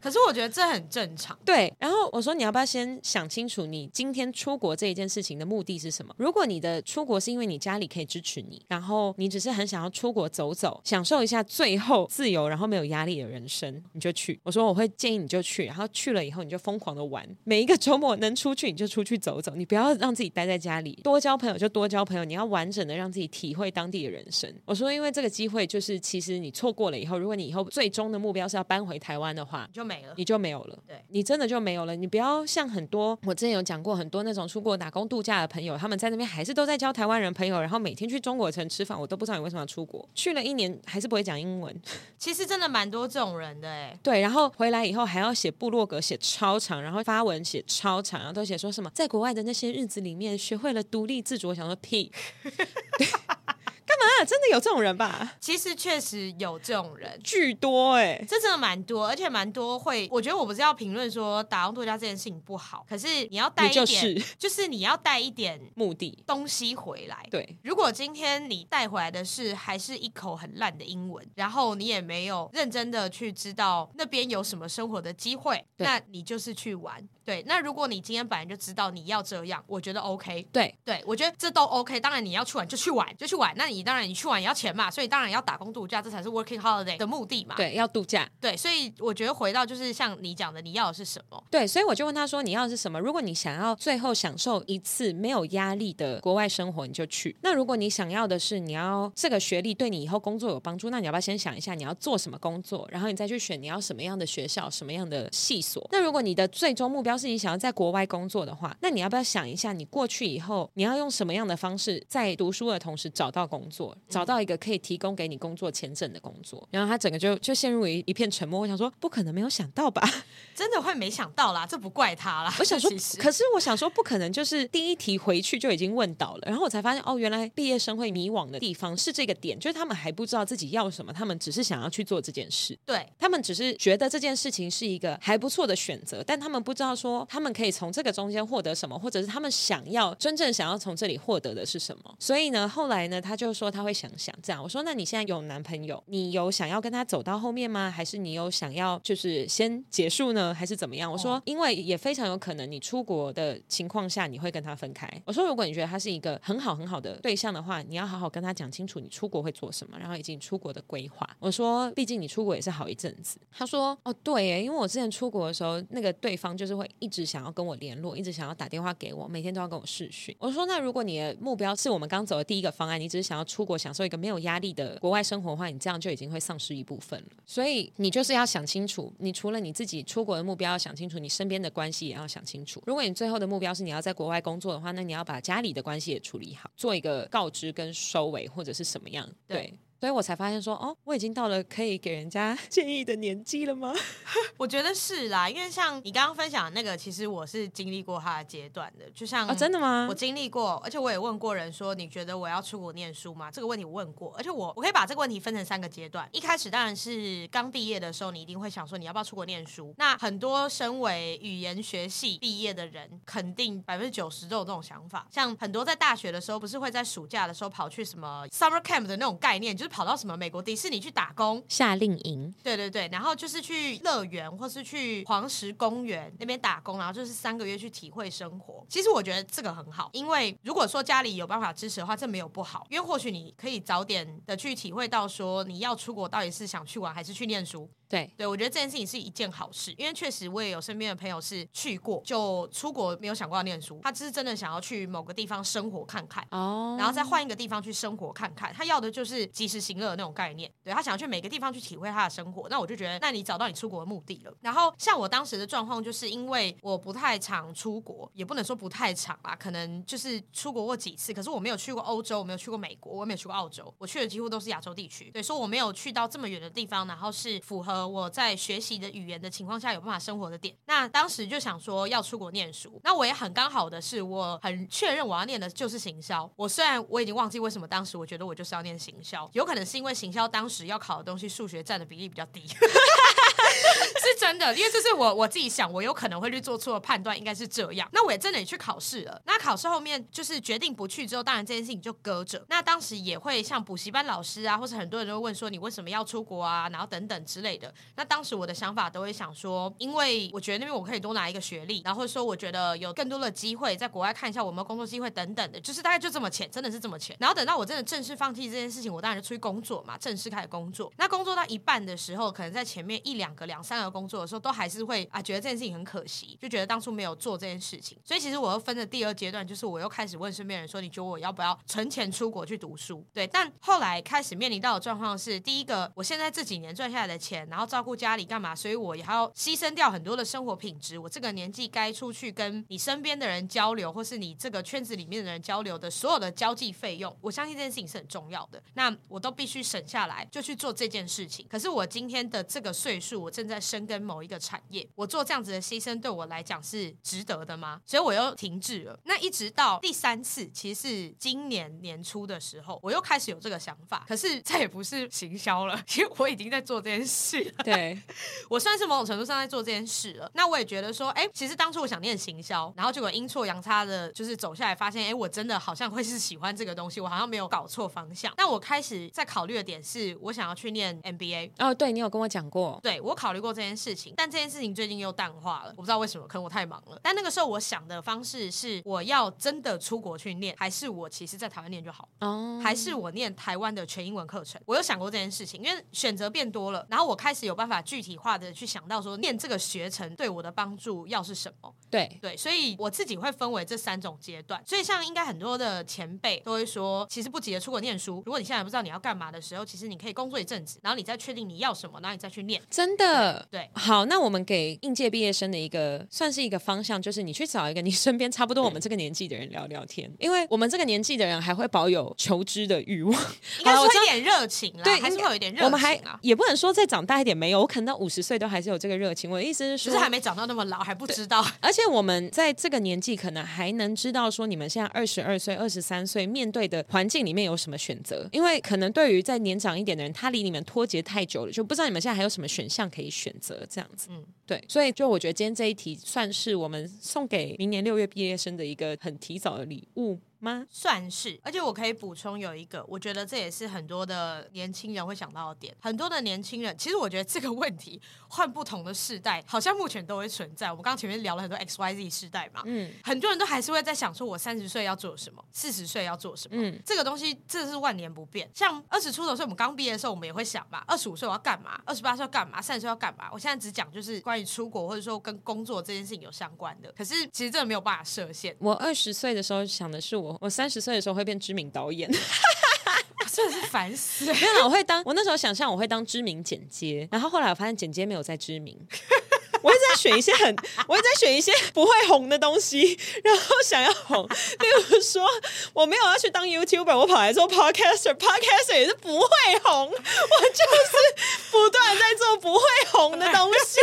Speaker 1: 可是我觉得这很正常。
Speaker 2: 对，然后我说你要不要先想清楚，你今天出国这一件事情的目的是什么？如果你的出国是因为你家里可以支持你，然后你只是很想要出国走走，享受一下最后自由然后没有压力的人生，你就去。我说我会建议你就去，然后去了以后你就疯狂的玩，每一个周末能出去你就出去走走，你不要让自己待在家里，多交朋友就多交朋友，你要完整的让自己体会当地的人生。我说因为这个机会就是其实你错过了以后，如果你以后最终的目标是要搬回台湾的话
Speaker 1: 你，就没了。
Speaker 2: 你就没有了。
Speaker 1: 对
Speaker 2: 你真的就没有了。你不要像很多我之前有讲过，很多那种出国打工度假的朋友，他们在那边还是都在交台湾人朋友，然后每天去中国城吃饭，我都不知道你为什么要出国，去了一年还是不会讲英文。
Speaker 1: 其实真的蛮多这种人的哎、
Speaker 2: 对，然后回来以后还要写部落格，写超长，然后发文写超长，然后都写说什么在国外的那些日子里面学会了独立自主。我想说 屁，干嘛、啊真的有这种人吧？
Speaker 1: 其实确实有这种人，
Speaker 2: 巨多哎、
Speaker 1: 这真的蛮多，而且蛮多会。我觉得我不是要评论说打工度假这件事情不好，可是你要带一
Speaker 2: 你就
Speaker 1: 点，
Speaker 2: 是
Speaker 1: 就是你要带一点
Speaker 2: 目的。
Speaker 1: 东西回来。
Speaker 2: 对，
Speaker 1: 如果今天你带回来的是还是一口很烂的英文，然后你也没有认真的去知道那边有什么生活的机会，
Speaker 2: 对
Speaker 1: 那你就是去玩。对，那如果你今天本来就知道你要这样，我觉得 OK。
Speaker 2: 对，
Speaker 1: 对，我觉得这都 OK。当然你要去玩就去玩，就去玩。那你当然你去玩也要钱嘛，所以当然要打工度假，这才是 working holiday 的目的嘛。
Speaker 2: 对，要度假。
Speaker 1: 对，所以我觉得回到就是像你讲的，你要的是什么？
Speaker 2: 对，所以我就问他说：“你要的是什么？如果你想要最后享受一次没有压力的国外生活，你就去。那如果你想要的是你要这个学历对你以后工作有帮助，那你要不要先想一下你要做什么工作，然后你再去选你要什么样的学校、什么样的系所？那如果你的最终目标是你想要在国外工作的话，那你要不要想一下你过去以后你要用什么样的方式，在读书的同时找到工作，找到一个可以提供给你工作签证的工作？然后他整个就就陷入一一片沉默。我想说，不可能没有想到吧。”
Speaker 1: 真的会没想到啦，这不怪他啦。
Speaker 2: 我想说
Speaker 1: 其，实
Speaker 2: 可是我想说，不可能就是第一题回去就已经问到了，然后我才发现哦，原来毕业生会迷惘的地方是这个点，就是他们还不知道自己要什么，他们只是想要去做这件事。
Speaker 1: 对，
Speaker 2: 他们只是觉得这件事情是一个还不错的选择，但他们不知道说他们可以从这个中间获得什么，或者是他们想要真正想要从这里获得的是什么。所以呢，后来呢，他就说他会想想这样。我说那你现在有男朋友，你有想要跟他走到后面吗？还是你有想要就是先结束呢，还是怎么样？我说因为也非常有可能你出国的情况下你会跟他分开。我说如果你觉得他是一个很好很好的对象的话，你要好好跟他讲清楚你出国会做什么，然后以及你出国的规划。我说毕竟你出国也是好一阵子。他说哦对耶，因为我之前出国的时候，那个对方就是会一直想要跟我联络，一直想要打电话给我，每天都要跟我视讯。我说那如果你的目标是我们刚走的第一个方案，你只是想要出国享受一个没有压力的国外生活的话，你这样就已经会丧失一部分了。所以你就是要想清楚，你除了你自己出国的目标要想清楚，你身边的关系也要想清楚。如果你最后的目标是你要在国外工作的话，那你要把家里的关系也处理好，做一个告知跟收尾或者是什么样。对。
Speaker 1: 对
Speaker 2: 所以我才发现说，哦，我已经到了可以给人家 建议的年纪了吗？
Speaker 1: 我觉得是啦，因为像你刚刚分享的那个，其实我是经历过他的阶段的，就像、
Speaker 2: 啊、真的吗
Speaker 1: 我？经历过，而且我也问过人说，你觉得我要出国念书吗？这个问题我问过，而且我我可以把这个问题分成三个阶段。一开始当然是刚毕业的时候，你一定会想说你要不要出国念书。那很多身为语言学系毕业的人，肯定百分之九十都有这种想法。像很多在大学的时候，不是会在暑假的时候跑去什么 summer camp 的那种概念，就是跑到什么美国迪士尼去打工，
Speaker 2: 夏令营，
Speaker 1: 对对对，然后就是去乐园或是去黄石公园那边打工，然后就是三个月去体会生活。其实我觉得这个很好，因为如果说家里有办法支持的话，这没有不好，因为或许你可以早点的去体会到说你要出国到底是想去玩还是去念书。
Speaker 2: 对，
Speaker 1: 对我觉得这件事情是一件好事，因为确实我也有身边的朋友是去过，就出国没有想过要念书，他只是真的想要去某个地方生活看看。
Speaker 2: 哦，
Speaker 1: 然后再换一个地方去生活看看。他要的就是及时行乐的那种概念，对他想要去每个地方去体会他的生活。那我就觉得，那你找到你出国的目的了。然后像我当时的状况，就是因为我不太常出国，也不能说不太常啦，可能就是出国过几次，可是我没有去过欧洲，我没有去过美国，我也没有去过澳洲，我去的几乎都是亚洲地区。对，所以我没有去到这么远的地方，然后是符合合我在学习的语言的情况下有办法生活的点。那当时就想说要出国念书，那我也很刚好的是，我很确认我要念的就是行销。我虽然我已经忘记为什么当时我觉得我就是要念行销，有可能是因为行销当时要考的东西数学占的比例比较低。是真的，因为这是我我自己想，我有可能会去做出的判断，应该是这样。那我也真的也去考试了。那考试后面就是决定不去之后，当然这件事情就搁着。那当时也会像补习班老师啊，或是很多人都会问说你为什么要出国啊，然后等等之类的。那当时我的想法都会想说，因为我觉得那边我可以多拿一个学历，然后说我觉得有更多的机会在国外看一下我们工作机会等等的，就是大概就这么浅，真的是这么浅。然后等到我真的正式放弃这件事情，我当然就出去工作嘛，正式开始工作。那工作到一半的时候，可能在前面一两个、两三个工作的时候，都还是会啊觉得这件事情很可惜，就觉得当初没有做这件事情。所以其实我又分的第二阶段，就是我又开始问身边人说，你觉得我要不要存钱出国去读书？对，但后来开始面临到的状况是，第一个，我现在这几年赚下来的钱，然后照顾家里干嘛，所以我也还要牺牲掉很多的生活品质。我这个年纪该出去跟你身边的人交流，或是你这个圈子里面的人交流的所有的交际费用，我相信这件事情是很重要的。那我都必须省下来，就去做这件事情。可是我今天的这个岁数，我正在深耕某一个产业，我做这样子的牺牲对我来讲是值得的吗？所以我又停滞了。那一直到第三次，其实是今年年初的时候，我又开始有这个想法，可是 再也不是行销了，因为我已经在做这件事了。
Speaker 2: 对，
Speaker 1: 我算是某种程度上在做这件事了。那我也觉得说，哎、其实当初我想念行销，然后结果阴错阳差的，就是走下来发现，哎、我真的好像会是喜欢这个东西，我好像没有搞错方向。那我开始在考虑的点是我想要去念 MBA。
Speaker 2: 哦，对你有跟我讲过，
Speaker 1: 对我考虑过这件事情，但这件事情最近又淡化了，我不知道为什么，可能我太忙了。但那个时候我想的方式是，我要真的出国去念，还是我其实在台湾念就好？
Speaker 2: 哦，
Speaker 1: 还是我念台湾的全英文课程，我有想过这件事情，因为选择变多了，然后我开始有办法具体化的去想到说，念这个学程对我的帮助要是什么。
Speaker 2: 对，
Speaker 1: 对，所以我自己会分为这三种阶段。所以像应该很多的前辈都会说，其实不急着出国念书。如果你现在不知道你要干嘛的时候，其实你可以工作一阵子，然后你再确定你要什么，然后你再去念。
Speaker 2: 真的。
Speaker 1: 对，
Speaker 2: 好，那我们给应届毕业生的一个算是一个方向，就是你去找一个你身边差不多我们这个年纪的人聊聊天，因为我们这个年纪的人还会保有求知的欲望。
Speaker 1: 嗯应该是
Speaker 2: 好了我
Speaker 1: 会
Speaker 2: 知
Speaker 1: 有
Speaker 2: 道
Speaker 1: 点热情啦，
Speaker 2: 对
Speaker 1: 还是会有一点热情啊。
Speaker 2: 我们还也不能说再长大一点没有，我可能到五十岁都还是有这个热情。我的意思是
Speaker 1: 只
Speaker 2: 说，
Speaker 1: 是还没长到那么老，还不知道。
Speaker 2: 而且我们在这个年纪，可能还能知道说，你们现在二十二岁、二十三岁面对的环境里面有什么选择，因为可能对于在年长一点的人，他离你们脱节太久了，就不知道你们现在还有什么选项可以选择，这样子。
Speaker 1: 嗯
Speaker 2: 嗯，对，所以就我觉得今天这一题算是我们送给明年六月毕业生的一个很提早的礼物吗？
Speaker 1: 算是，而且我可以补充有一个，我觉得这也是很多的年轻人会想到的点。很多的年轻人，其实我觉得这个问题换不同的世代，好像目前都会存在。我们刚刚前面聊了很多 X Y Z 世代嘛，嗯
Speaker 2: 嗯，
Speaker 1: 很多人都还是会在想说，我三十岁要做什么，四十岁要做什么，
Speaker 2: 嗯
Speaker 1: 这个东西这是万年不变。像二十出头岁，我们刚毕业的时候，我们也会想嘛，二十五岁我要干嘛，二十八岁要干嘛，三十岁要干嘛。我现在只讲就是关于出国或者说跟工作这件事情有相关的，可是其实真的没有办法设限。
Speaker 2: 我二十岁的时候想的是我，我三十岁的时候会变知名导演。
Speaker 1: 真的是烦死、
Speaker 2: 没有啦，我会当我那时候想象我会当知名剪接，然后后来我发现剪接没有再知名。我一直在选一些很，我一直在选一些不会红的东西，然后想要红。例如说，我没有要去当 YouTuber，我跑来做 Podcaster，Podcaster 也是不会红。我就是不断在做不会红的东西。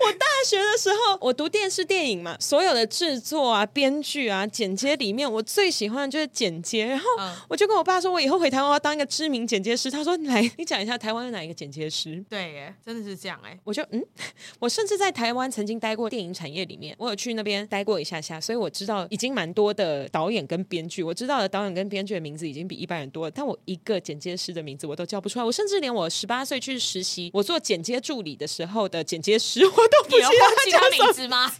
Speaker 2: 我大学的时候，我读电视电影嘛，所有的制作啊、编剧啊、剪接里面，我最喜欢的就是剪接。然后
Speaker 1: 嗯
Speaker 2: 我就跟我爸说，我以后回台湾我要当一个知名剪接师。他说：“来，你讲一下台湾有哪一个剪接师？”
Speaker 1: 对耶，真的是这样哎。
Speaker 2: 我就嗯，我甚至在台湾曾经待过电影产业里面，我有去那边待过一下下，所以我知道已经蛮多的导演跟编剧，我知道的导演跟编剧的名字已经比一般人多了，但我一个剪接师的名字我都叫不出来，我甚至连我十八岁去实习，我做剪接助理的时候的剪接师我都
Speaker 1: 你
Speaker 2: 不记
Speaker 1: 有
Speaker 2: 得
Speaker 1: 忘记
Speaker 2: 叫
Speaker 1: 他
Speaker 2: 什么
Speaker 1: 名字吗？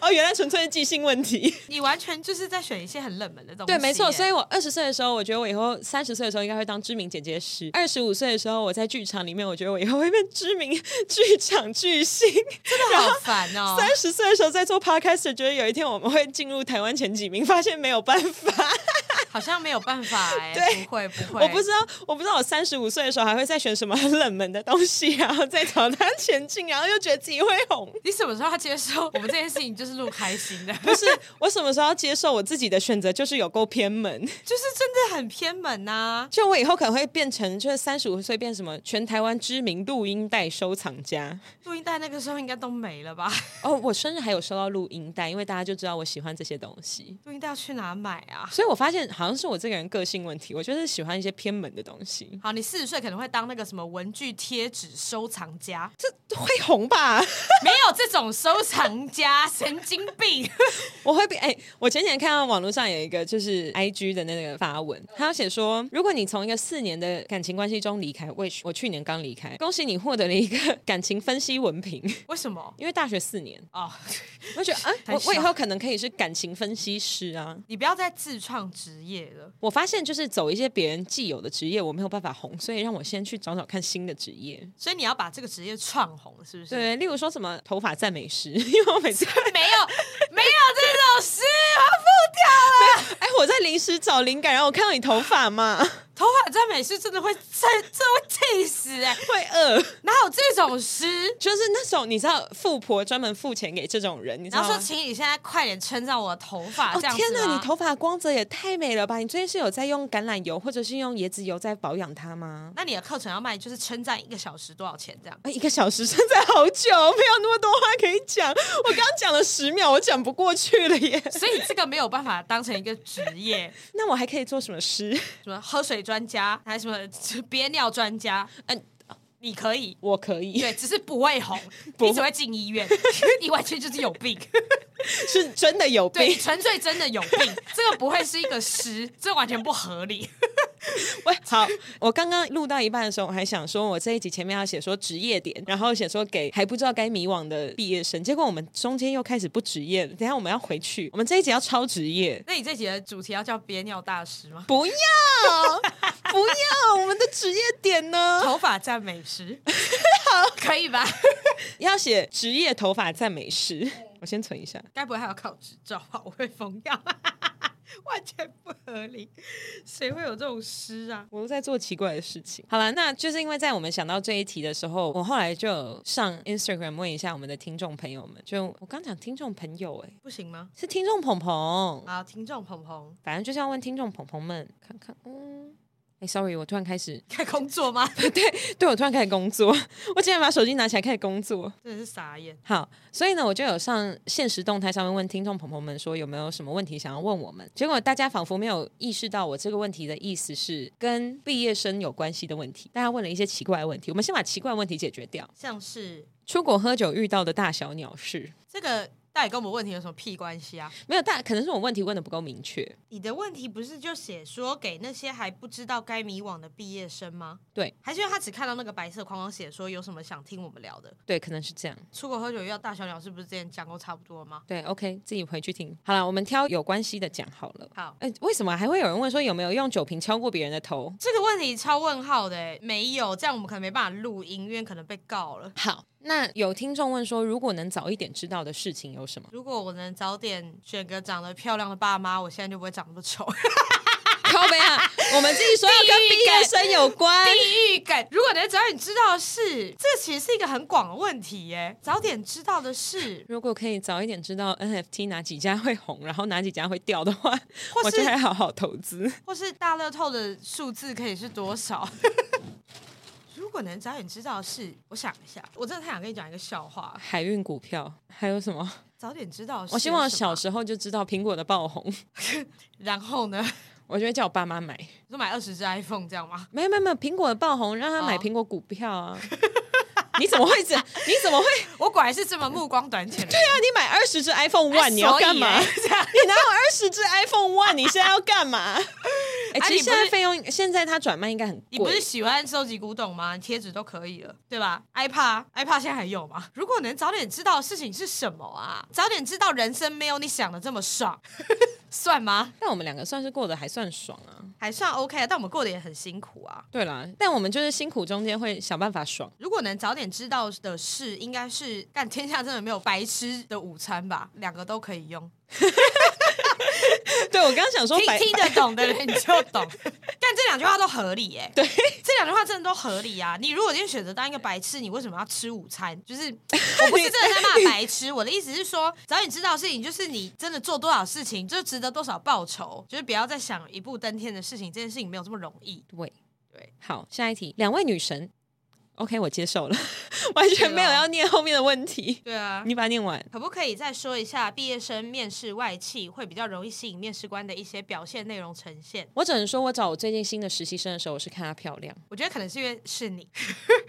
Speaker 2: 哦，原来纯粹是记性问题。
Speaker 1: 你完全就是在选一些很冷门的东西哎
Speaker 2: 对，
Speaker 1: 耶。
Speaker 2: 没错。所以我二十岁的时候，我觉得我以后三十岁的时候应该会当知名剪接师；二十五岁的时候，我在剧场里面，我觉得我以后会变知名 剧场巨星。
Speaker 1: 真的好烦 哦。
Speaker 2: 三十岁的时候在做 podcast，觉得有一天我们会进入台湾前几名，发现没有办法。
Speaker 1: 好像没有办法哎、
Speaker 2: 对
Speaker 1: 不会不会，
Speaker 2: 我不知道，我不知道我三十五岁的时候还会再选什么很冷门的东西， 然后再朝它前进，然后又觉得自己会红。
Speaker 1: 你什么时候要接受我们这件事情就是录开心的，
Speaker 2: 不是我什么时候要接受我自己的选择，就是有够偏门。
Speaker 1: 就是真的很偏门啊呐、
Speaker 2: 就我以后可能会变成，就是三十五岁变什么全台湾知名录音带收藏家。
Speaker 1: 录音带那个时候应该都没了吧？
Speaker 2: 哦，我生日还有收到录音带，因为大家就知道我喜欢这些东西。
Speaker 1: 录音带要去哪买啊？
Speaker 2: 所以我发现好像是我这个人个性问题，我就是喜欢一些偏门的东西，
Speaker 1: 好，你四十岁可能会当那个什么文具贴纸收藏家，
Speaker 2: 这会红吧？
Speaker 1: 没有这种收藏家，神经病。
Speaker 2: 我会比哎、我前几天看到网络上有一个就是 I G 的那个发文，他要写说，如果你从一个四年的感情关系中离开，我也去我去年刚离开，恭喜你获得了一个 感情分析文凭，
Speaker 1: 为什么？
Speaker 2: 因为大学四年，
Speaker 1: 哦，
Speaker 2: 我就觉得啊，
Speaker 1: 很
Speaker 2: 我我以
Speaker 1: 小
Speaker 2: 后可能可以是感情分析师啊。
Speaker 1: 你不要再自创职业了。
Speaker 2: 我发现就是走一些别人既有的职业，我没有办法红，所以让我先去找找看新的职业。
Speaker 1: 所以你要把这个职业创红，是不是？，
Speaker 2: 对，例如说什么头发赞美师， 因为我每次
Speaker 1: 没有没有这种事，我
Speaker 2: 哎，我在临时找灵感，然后我看到你头发嘛，
Speaker 1: 要付掉。头发赞美是真的会真真的会气死哎、
Speaker 2: 会饿。
Speaker 1: 哪有这种诗？
Speaker 2: 就是那种你知道富婆专门付钱给这种人，你知道
Speaker 1: 然
Speaker 2: 吗？
Speaker 1: 后说，请你现在快点称赞我的头发，
Speaker 2: 哦
Speaker 1: 这样子啊
Speaker 2: 天
Speaker 1: 吗
Speaker 2: 你头发光泽也太美了吧！你最近是有在用橄榄油或者是用椰子油在保养它吗？
Speaker 1: 那你的课程要卖就是称赞一个小时多少钱这样？
Speaker 2: 啊，一个小时真的好久，没有那么多话可以讲。我刚刚讲了十秒，我讲不过去了耶。
Speaker 1: 所以这个没有办法当成一个职业，
Speaker 2: 那我还可以做什么事？
Speaker 1: 什么喝水专家，还什么憋尿专家，嗯、你可以。
Speaker 2: 我可以，
Speaker 1: 对，只是不会红，
Speaker 2: 不会
Speaker 1: 你只会进医 院，因为你完全就是有病，
Speaker 2: 是真的有
Speaker 1: 对，
Speaker 2: 病
Speaker 1: 你。纯粹真的有 病，这个不会是一个诗，这完全不合理。
Speaker 2: 喂，好， 我刚刚录到一半的时候，我还想说，我这一集前面要写说职业点，然后写说给还不知道该迷惘的毕业生，结果我们中间又开始不职业了。等一下我们要回去，我们这一集要超职 业，
Speaker 1: 那你这集的主题要叫憋尿大师 吗？
Speaker 2: 不要，不要，我们的职业点呢？
Speaker 1: 头发赞美 师，可以吧？
Speaker 2: 要写职业头发赞美 师，我先存一下。
Speaker 1: 该不会还要考执照吧？我会疯掉， 完全不合理，谁会有这种诗啊？
Speaker 2: 我都在做奇怪的事情。好了，那就是因为在我们想到这一题的时候，我后来就有上 Instagram 问一下我们的听众朋友们，就我刚讲听众朋友、欸，
Speaker 1: 不行吗？
Speaker 2: 是听众鹏鹏，
Speaker 1: 好，听众鹏鹏，
Speaker 2: 反正就是要问听众朋友们看看，嗯。哎、s o r r y 我突然开始，
Speaker 1: 该工作吗？
Speaker 2: 对我突然开始工作， 我竟然把手机拿起来开始工作。
Speaker 1: 真的是傻眼。
Speaker 2: 好，所以呢，我就有上现实动态上面问听众朋友们说有没有什么问题想要问我们，结果大家仿佛没有意识到我这个问题的意思是跟毕业生有关系的问题，大家问了一些奇怪的问题，我们先把奇怪的问题解决掉。
Speaker 1: 像是
Speaker 2: 出国喝酒遇到的大小鸟事，
Speaker 1: 这个到底跟我们问题有什么屁关系啊？
Speaker 2: 没有大，可能是我问题问的不够明确。
Speaker 1: 你的问题不是就写说给那些还不知道该迷惘的毕业生吗？
Speaker 2: 对，
Speaker 1: 还是因为他只看到那个白色框框写说有什么想听我们聊的？
Speaker 2: 对，可能是这样。
Speaker 1: 出国喝酒要大小鸟是不是之前讲过差不多吗？
Speaker 2: 对，OK，自己回去听。好了，我们挑有关系的讲好了。
Speaker 1: 好，
Speaker 2: 哎、为什么还会有人问说有没有用酒瓶敲过别人的头？
Speaker 1: 这个问题超问号的欸，没有，这样我们可能没办法录音，因为可能被告了。？
Speaker 2: 好，那有听众问说，如果能早一点知道的事情有什么
Speaker 1: 如果我能早点选个长得漂亮的爸妈，我现在就不会长那么丑。
Speaker 2: 靠北啊，我们自己说要跟毕业生有关。
Speaker 1: 地狱感，如果能早点知道的事，这其实是一个很广的问题耶。早点知道的事，
Speaker 2: 如果可以早一点知道 NFT 哪几家会红，然后哪几家会掉的话，
Speaker 1: 或
Speaker 2: 我就是还好好投资。
Speaker 1: 或是大乐透的数字可以是多少？ 如果能早点知道的事，我想一下，我真的太想跟你讲一个笑话。
Speaker 2: 海运股票还有什么？
Speaker 1: 早点知道的事，
Speaker 2: 我希望小
Speaker 1: 是啊
Speaker 2: 时候就知道苹果的爆红，
Speaker 1: 什么然后呢，
Speaker 2: 我就会叫我爸妈买。
Speaker 1: 你说买二十只 iPhone 这样吗？
Speaker 2: 没有没有没有，苹果的爆红让他买
Speaker 1: 哦
Speaker 2: 苹果股票啊。 你怎么会这？你怎么会？
Speaker 1: 我果然是这么目光短浅的人。
Speaker 2: 对啊，你买二十只 iPhone
Speaker 1: 哎
Speaker 2: One，你啊要干嘛？
Speaker 1: 所以耶 这 样
Speaker 2: 你哪有二十只 iPhone One？你现在要干嘛？ 哎、
Speaker 1: 啊
Speaker 2: 其
Speaker 1: 你不
Speaker 2: 实现在
Speaker 1: 是
Speaker 2: 费用，现在它转卖应该很
Speaker 1: 你不是
Speaker 2: 贵。
Speaker 1: 喜欢收集古董吗？你贴纸都可以了，对吧？iPad iPad 现在还有吗？如果能早点知道的事情是什么啊，早点知道人生没有你想的这么爽， 算吗？
Speaker 2: 但我们两个算是过得还算爽啊。
Speaker 1: 还算 OK 啊，但我们过得也很辛苦啊。
Speaker 2: 对啦，但我们就是辛苦中间会想办法爽。
Speaker 1: 如果能早点知道的事，应该是干天下真的没有白吃的午餐吧？两个都可以用。
Speaker 2: 对我刚刚想说
Speaker 1: 听
Speaker 2: 百
Speaker 1: 听得懂的人就懂，但这两句话都合理耶、
Speaker 2: 对，
Speaker 1: 这两句话真的都合理啊！你如果今天选择当一个白痴，你为什么要吃午餐？就是我不是真的在骂白痴，我的意思是说，早点知道的事情，就是你真的做多少事情，就值得多少报酬，就是不要再想一步登天的事情，这件事情没有这么容易。
Speaker 2: 对
Speaker 1: 对，
Speaker 2: 好，下一题，两位女神，OK，我接 受了，完全没有要念后面的问题，
Speaker 1: 对啊。
Speaker 2: 你把它念完。
Speaker 1: 可不可以再说一下毕业生面试外企会比较容易吸引面试官的一些表现内容呈现？
Speaker 2: 我只能说，我找我最近新的实习生的时候，我是看她漂亮，
Speaker 1: 我觉得可能是因为是你，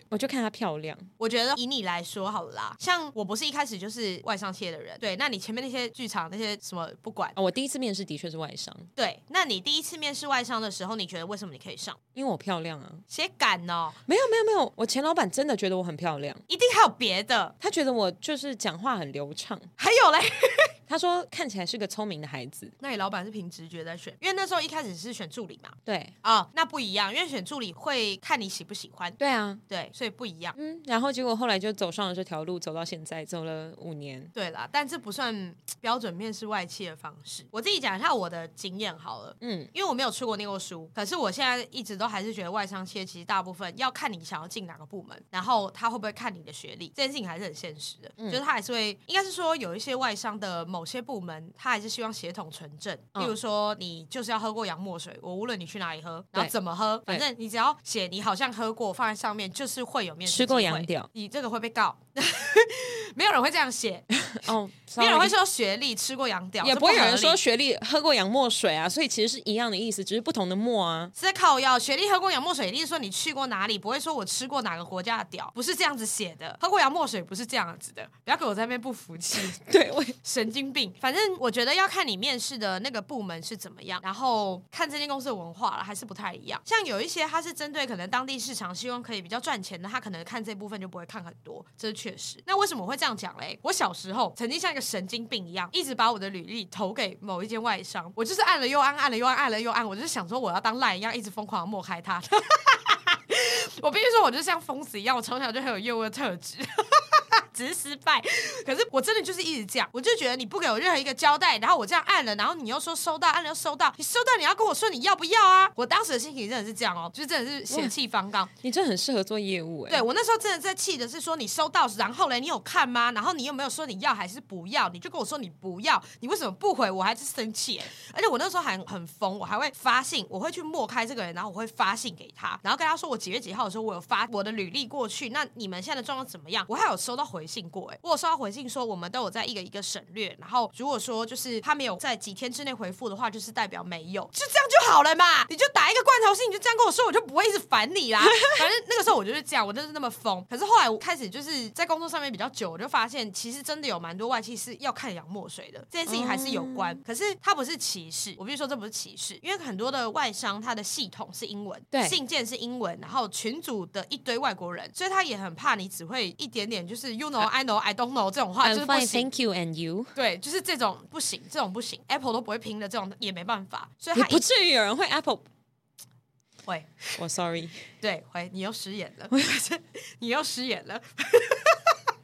Speaker 2: 我就看她漂亮。
Speaker 1: 我觉得以你来说好了啦，像我不是一开始就是外商切的人，对，那你前面那些剧场那些什么不管，
Speaker 2: 哦，我第一次面试的确是外商，
Speaker 1: 对，那你第一次面试外商的时候，你觉得为什么你可以上？
Speaker 2: 因为我漂亮啊。
Speaker 1: 谁敢呢？
Speaker 2: 没有没有没有，我前老板真的觉得我很漂亮，
Speaker 1: 一定还有别的，
Speaker 2: 他觉得我就是讲话很流畅，
Speaker 1: 还有嘞。
Speaker 2: 他说看起来是个聪明的孩子。
Speaker 1: 那你老板是凭直觉在选，因为那时候一开始是选助理嘛，
Speaker 2: 对
Speaker 1: 啊、那不一样，因为选助理会看你喜不喜欢，
Speaker 2: 对啊，
Speaker 1: 对，所以不一样。
Speaker 2: 嗯，然后结果后来就走上了这条路，走到现在，走了五年。
Speaker 1: 对啦，但这不算标准面试外企的方式。我自己讲一下我的经验好了。
Speaker 2: 嗯，
Speaker 1: 因为我没有出国念过书，可是我现在一直都还是觉得外商企业其实大部分要看你想要进哪个部门，然后他会不会看你的学历，这件事情还是很现实的，
Speaker 2: 嗯
Speaker 1: 就是他还是会，应该是说有一些外商的某些部门，他还是希望血统纯正，
Speaker 2: 嗯
Speaker 1: 例如说你就是要喝过洋墨水，我无论你去哪里喝，然后
Speaker 2: 对
Speaker 1: 怎么喝，
Speaker 2: 对
Speaker 1: 反正你只要写你好像喝过放在上面，就是会有面试
Speaker 2: 吃过
Speaker 1: 机会
Speaker 2: 洋屌，
Speaker 1: 你这个会被告，没有人会这样写，
Speaker 2: 哦，
Speaker 1: 没有人
Speaker 2: sorry
Speaker 1: 会说学历吃过洋屌，
Speaker 2: 也
Speaker 1: 这
Speaker 2: 不会有
Speaker 1: 合
Speaker 2: 人
Speaker 1: 理
Speaker 2: 说学历喝过洋墨水啊，所以其实是一样的意思，只是不同的 墨啊。
Speaker 1: 是在靠药。学历喝过洋墨水，一定是说你去过哪里，不会说我吃过哪个国家的屌，不是这样子写的。喝过洋墨水不是这样子的，不要给我在那边不服气，
Speaker 2: 对，我
Speaker 1: 神经病。反正我觉得要看你面试的那个部门是怎么样，然后看这间公司的文化了，还是不太一样。像有一些它是针对可能当地市场，希望可以比较赚钱的，他可能看这部分就不会看很多，这是确实。那为什么我会这样讲嘞？我小时候曾经像一个神经病一样，一直把我的履历投给某一间外商，我就是按了又按，按了又按，按了又按，我就是想说我要当赖一样，一直疯狂的抹开它。 我必须说，我就像疯子一样，我从小就很有业务的特质。只是失败。可是我真的就是一直这样，我就觉得你不给我任何一个交代，然后我这样按了，然后你又说收到，按了又收到，你收到你要跟我说你要不要啊？我当时的心情真的是这样哦，就是真的是血气方刚。
Speaker 2: 你这很适合做业务哎、
Speaker 1: 对我那时候真的在气的是说你收到，然后嘞你有看吗？然后你有没有说你要还是不要？你就跟我说你不要，你为什么不回？我还是生气、欸，而且我那时候还很疯，我还会发信，我会去默开这个人，然后我会发信给他，然后跟他说我几月几号的时候我有发我的履历过去，那你们现在的状况怎么样？我还有收到回信过、欸，哎，我有收到回信说我们都有在一个一个省略，然后如果说就是他没有在几天之内回复的话，就是代表没有，就这样就好了嘛，你就打一个罐头信，你就这样跟我说，我就不会一直烦你啦。反正那个时候我就是这样，我就是那么疯。可是后来我开始就是在工作上面比较久，我就发现其实真的有蛮多外企是要看洋墨水的，这件事情还是有关。可是它不是歧视，我必须说这不是歧视，因为很多的外商它的系统是英文，
Speaker 2: 对
Speaker 1: 信件是英文，然后群组的一堆外国人，所以他也很怕你只会一点点就是 you know I know I don't know 这种话，就是
Speaker 2: I'm
Speaker 1: 不
Speaker 2: 呃 fine,
Speaker 1: 行。
Speaker 2: thank you, and you。
Speaker 1: 对，就是这种不行，这种不行，Apple 都不会拼的，这种也没办法，所以
Speaker 2: 也
Speaker 1: 他
Speaker 2: 不至于有人会 Apple。
Speaker 1: 会。
Speaker 2: 我 sorry，
Speaker 1: 对，喂，你又失言了， 你又失言了。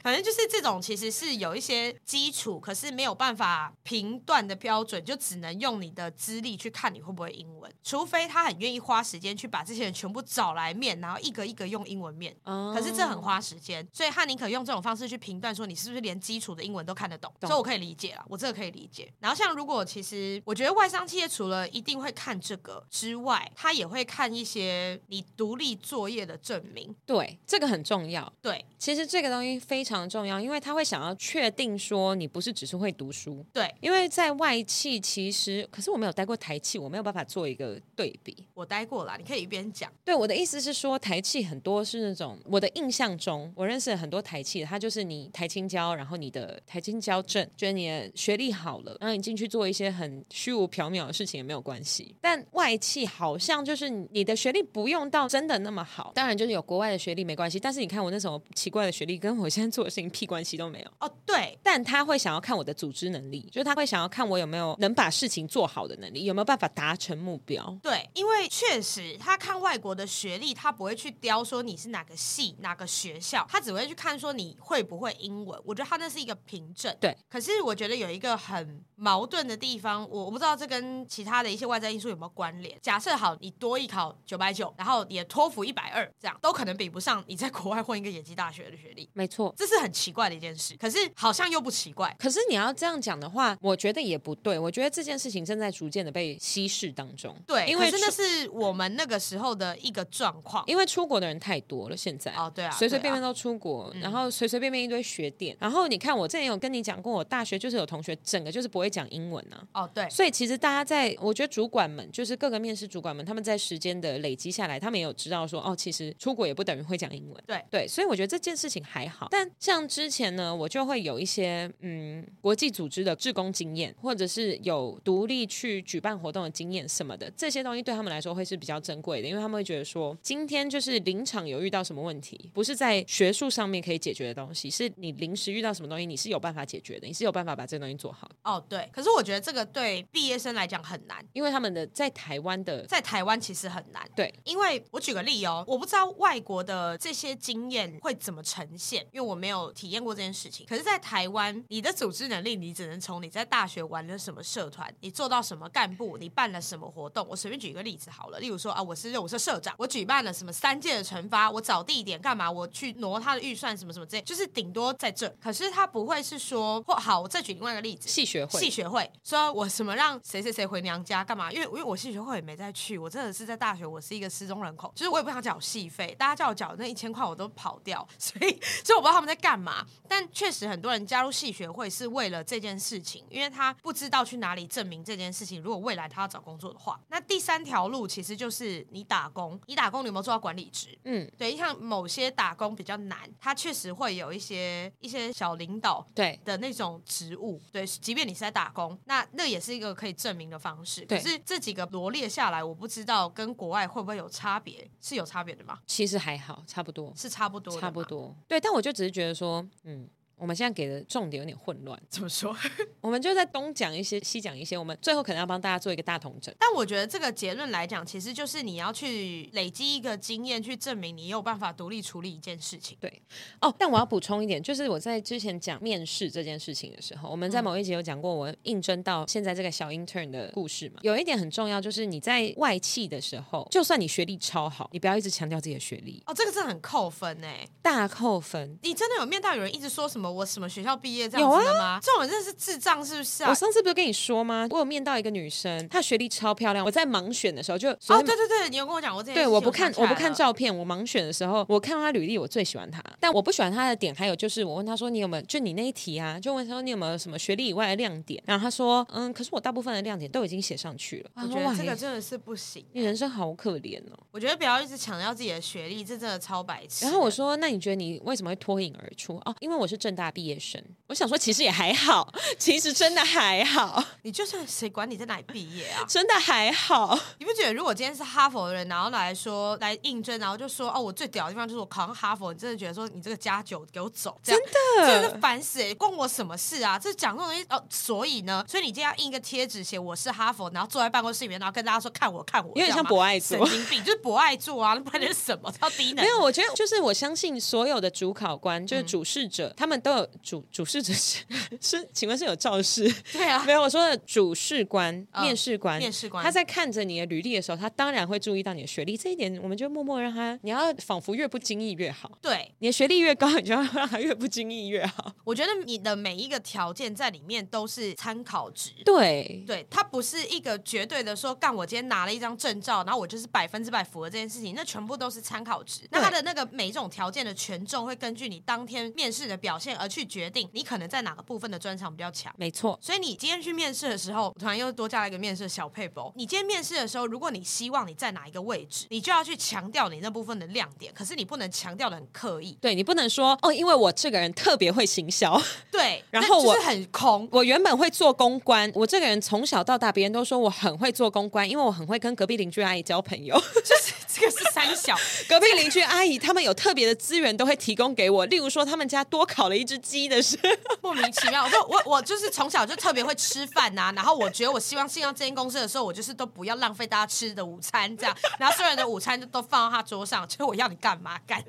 Speaker 1: 反正就是这种，其实是有一些基础，可是没有办法评断的标准，就只能用你的资历去看你会不会英文，除非他很愿意花时间去把这些人全部找来面，然后一个一个用英文面。
Speaker 2: 哦
Speaker 1: 可是这很花时间，所以汉宁可用这种方式去评断说你是不是连基础的英文都看得懂，
Speaker 2: 懂
Speaker 1: 所以我可以理解了，我这个可以理解。然后像如果其实我觉得外商企业除了一定会看这个之外，他也会看一些你独立作业的证明，
Speaker 2: 对，这个很重要。
Speaker 1: 对
Speaker 2: 其实这个东西非常重要，因为他会想要确定说你不是只是会读书，
Speaker 1: 对，
Speaker 2: 因为在外企其实，可是我没有待过台企，我没有办法做一个对比。
Speaker 1: 我待过啦，你可以一边讲，
Speaker 2: 对我的意思是说，台企很多是那种我的印象中，我认识很多台企，它就是你台青交，然后你的台青交证，就是你的学历好了，然后你进去做一些很虚无缥缈的事情也没有关系。但外企好像就是你的学历不用到真的那么好，当然就是有国外的学历没关系。但是你看我那时候奇怪的学历，跟我现在做的事情屁关系都没有。
Speaker 1: 哦，对，
Speaker 2: 但他会想要看我的组织能力，就是他会想要看我有没有能把事情做好的能力，有没有办法达成目标。
Speaker 1: 对，因为确实他看外国的学历，他不会去雕说你是哪个系、哪个学校，他只会去看说你会不会英文。我觉得他那是一个凭证。
Speaker 2: 对，
Speaker 1: 可是我觉得有一个很矛盾的地方，我我不知道这跟其他的一些外在因素有没有关联。假设好，你多一考九百九，然后你的托福一百二，这样都可能比不上你在国外混一个野鸡大学的学历，
Speaker 2: 没错。
Speaker 1: 这是很奇怪的一件事。可是好像又不奇怪。
Speaker 2: 可是你要这样讲的话，我觉得也不对。我觉得这件事情正在逐渐的被稀释当中。
Speaker 1: 对，
Speaker 2: 因为
Speaker 1: 可是那
Speaker 2: 出
Speaker 1: 是我们那个时候的一个状况。
Speaker 2: 因为出国的人太多了，现在
Speaker 1: 哦对啊
Speaker 2: 随随
Speaker 1: 对
Speaker 2: 便
Speaker 1: 啊嗯
Speaker 2: 便都出国，然后随随便便一堆学点。然后你看，我之前有跟你讲过，我大学就是有同学整个就是不会讲英文啊。
Speaker 1: 哦，对，
Speaker 2: 所以其实大家在，我觉得主管们就是各个面试主管们，他们在时间的累积下来，他们也有知道说，哦，其实出国也不等于会讲英文。
Speaker 1: 对
Speaker 2: 对，所以我觉得这件事情还好。但像之前呢，我就会有一些嗯国际组织的志工经验，或者是有独立去举办活动的经验什么的，这些东西对他们来说会是比较珍贵的，因为他们会觉得说，今天就是临场有遇到什么问题，不是在学术上面可以解决的东西，是你临时遇到什么东西，你是有办法解决的，你是有办法把这个东西做好的。
Speaker 1: 哦，对。可是我觉得这个对毕业生来讲很难，
Speaker 2: 因为他们的在台湾的
Speaker 1: 在台湾其实很难。
Speaker 2: 对，
Speaker 1: 因为我举个例哦，我不知道外国的这些经验会怎么呈现，因为我没有体验过这件事情。可是，在台湾，你的组织能力，你只能从你在大学玩了什么社团，你做到什么干部，你办了什么活动。我随便举一个例子好了，例如说啊，我是热舞社社长，我举办了什么三届的惩罚，我找地点干嘛，我去挪他的预算什么什么之类，就是顶多在这。可是他不会是说，或好，我再举另外一个例子，
Speaker 2: 戏学会，
Speaker 1: 系学会说我什么让谁谁谁回娘家干嘛？因为因为我系学会也没再去，我真的是在大学，我是一个失踪人口，就是我也不想缴戏费，大家叫我缴那一千块我都跑掉， 所以所以我不知道他们在干嘛。但确实很多人加入系学会是为了这件事情，因为他不知道去哪里证明这件事情。如果未来他要找工作的话，那第三条路其实就是你打工，你打工你有没有做到管理职？
Speaker 2: 嗯，
Speaker 1: 对，像某些打工比较难，他确实会有一些一些小领导
Speaker 2: 对
Speaker 1: 的那种职务，对，即便你是在打工，那那也是一个可以证明的方式。可
Speaker 2: 对
Speaker 1: 是这几个罗列下来，我不知道跟国外会不会有差别，是有差别的吗？
Speaker 2: 其实还好，差不多，
Speaker 1: 是差不多的吗，
Speaker 2: 差不多。对，但我就只是觉得说，嗯。我们现在给的重点有点混乱，
Speaker 1: 怎么说？
Speaker 2: 我们就在东讲一些，西讲一些，我们最后可能要帮大家做一个大统整。
Speaker 1: 但我觉得这个结论来讲，其实就是你要去累积一个经验，去证明你有办法独立处理一件事情。
Speaker 2: 哦，但我要补充一点，就是我在之前讲面试这件事情的时候，我们
Speaker 1: 嗯
Speaker 2: 在某一集有讲过我应征到现在这个小 intern 的故事嘛。有一点很重要，就是你在外企的时候，就算你学历超好，你不要一直强调自己的学历，
Speaker 1: 哦，这个真的很扣分哎、
Speaker 2: 大扣分。
Speaker 1: 你真的有面到有人一直说什么我什么学校毕业这样
Speaker 2: 有啊
Speaker 1: 子的吗？这种人真的是智障是不是啊
Speaker 2: 我？上次不是跟你说吗？我有面到一个女生，她学历超漂亮。我在盲选的时候就昨
Speaker 1: 哦，
Speaker 2: 天
Speaker 1: 对对对，你有跟我讲过这件事
Speaker 2: 对，
Speaker 1: 情。
Speaker 2: 我不看
Speaker 1: 想起
Speaker 2: 我
Speaker 1: 来
Speaker 2: 不看
Speaker 1: 了
Speaker 2: 照片，我盲选的时候，我看到她履历，我最喜欢她。但我不喜欢她的点还有就是，我问她说你有没有就你那一题啊，就问她说你有没有什么学历以外的亮点？然后她说嗯，可是我大部分的亮点都已经写上去了。
Speaker 1: 我觉
Speaker 2: 哇
Speaker 1: 得这个真的是不行、
Speaker 2: 你人生好可怜哦。
Speaker 1: 我觉得不要一直强调自己的学历，这真的超白痴。
Speaker 2: 然后我，说：“那你觉得你为什么会脱颖而出？”哦，因为我是正大毕业生。我想说，其实也还好，其实真的还好，
Speaker 1: 你就算谁管你在哪里毕业啊？
Speaker 2: 真的还好。
Speaker 1: 你不觉得如果今天是哈佛的人，然后来说来应征，然后就说哦，我最屌的地方就是我考上哈佛，你真的觉得说你这个加九给我走，这样真的是烦死、欸，关我什么事啊？这讲这种东西哦，所以呢，所以你今天要印一个贴纸写我是哈佛，然后坐在办公室里面，然后跟大家说看我看我，
Speaker 2: 有点像
Speaker 1: 博
Speaker 2: 博爱座
Speaker 1: 神经病就是博爱座啊，那不然就是什么超低能？
Speaker 2: 没有，我觉得就是我相信所有的主考官，就是主事者，他们都有主主事者是 是，请问是有肇事？
Speaker 1: 对啊
Speaker 2: 没，有，我说的主事官、面试官、
Speaker 1: 面试官
Speaker 2: 他在看着你的履历的时候，他当然会注意到你的学历，这一点我们就默默让他，你要仿佛越不经意越好。
Speaker 1: 对，
Speaker 2: 你的学历越高，你就要让他越不经意越好。
Speaker 1: 我觉得你的每一个条件在里面都是参考值。
Speaker 2: 对，
Speaker 1: 对，它不是一个绝对的说，干我今天拿了一张证照，然后我就是百分之百符合这件事情，那全部都是参考值。那它的那个每一种条件的权重会根据你当天面试的表现而去决定，你可能在哪个部分的专长比较强。
Speaker 2: 没错，
Speaker 1: 所以你今天去面试的时候，我突然又多加了一个面试的小配博。你今天面试的时候，如果你希望你在哪一个位置，你就要去强调你那部分的亮点，可是你不能强调的很刻意。
Speaker 2: 对你不能说哦，因为我这个人特别会行销，
Speaker 1: 对，
Speaker 2: 然后
Speaker 1: 那就
Speaker 2: 我
Speaker 1: 是很空，
Speaker 2: 我原本会做公关，我这个人从小到大别人都说我很会做公关，因为我很会跟隔壁邻居阿姨交朋友。
Speaker 1: 就是这个是三很小，
Speaker 2: 隔壁邻居阿姨他们有特别的资源都会提供给我，例如说他们家多烤了一只鸡的 事，
Speaker 1: 莫名其妙。我说我我就是从小就特别会吃饭呐、然后我觉得我希望进到这间公司的时候，我就是都不要浪费大家吃的午餐这样。然后所有人的午餐就都放到他桌上，就我要你干嘛干？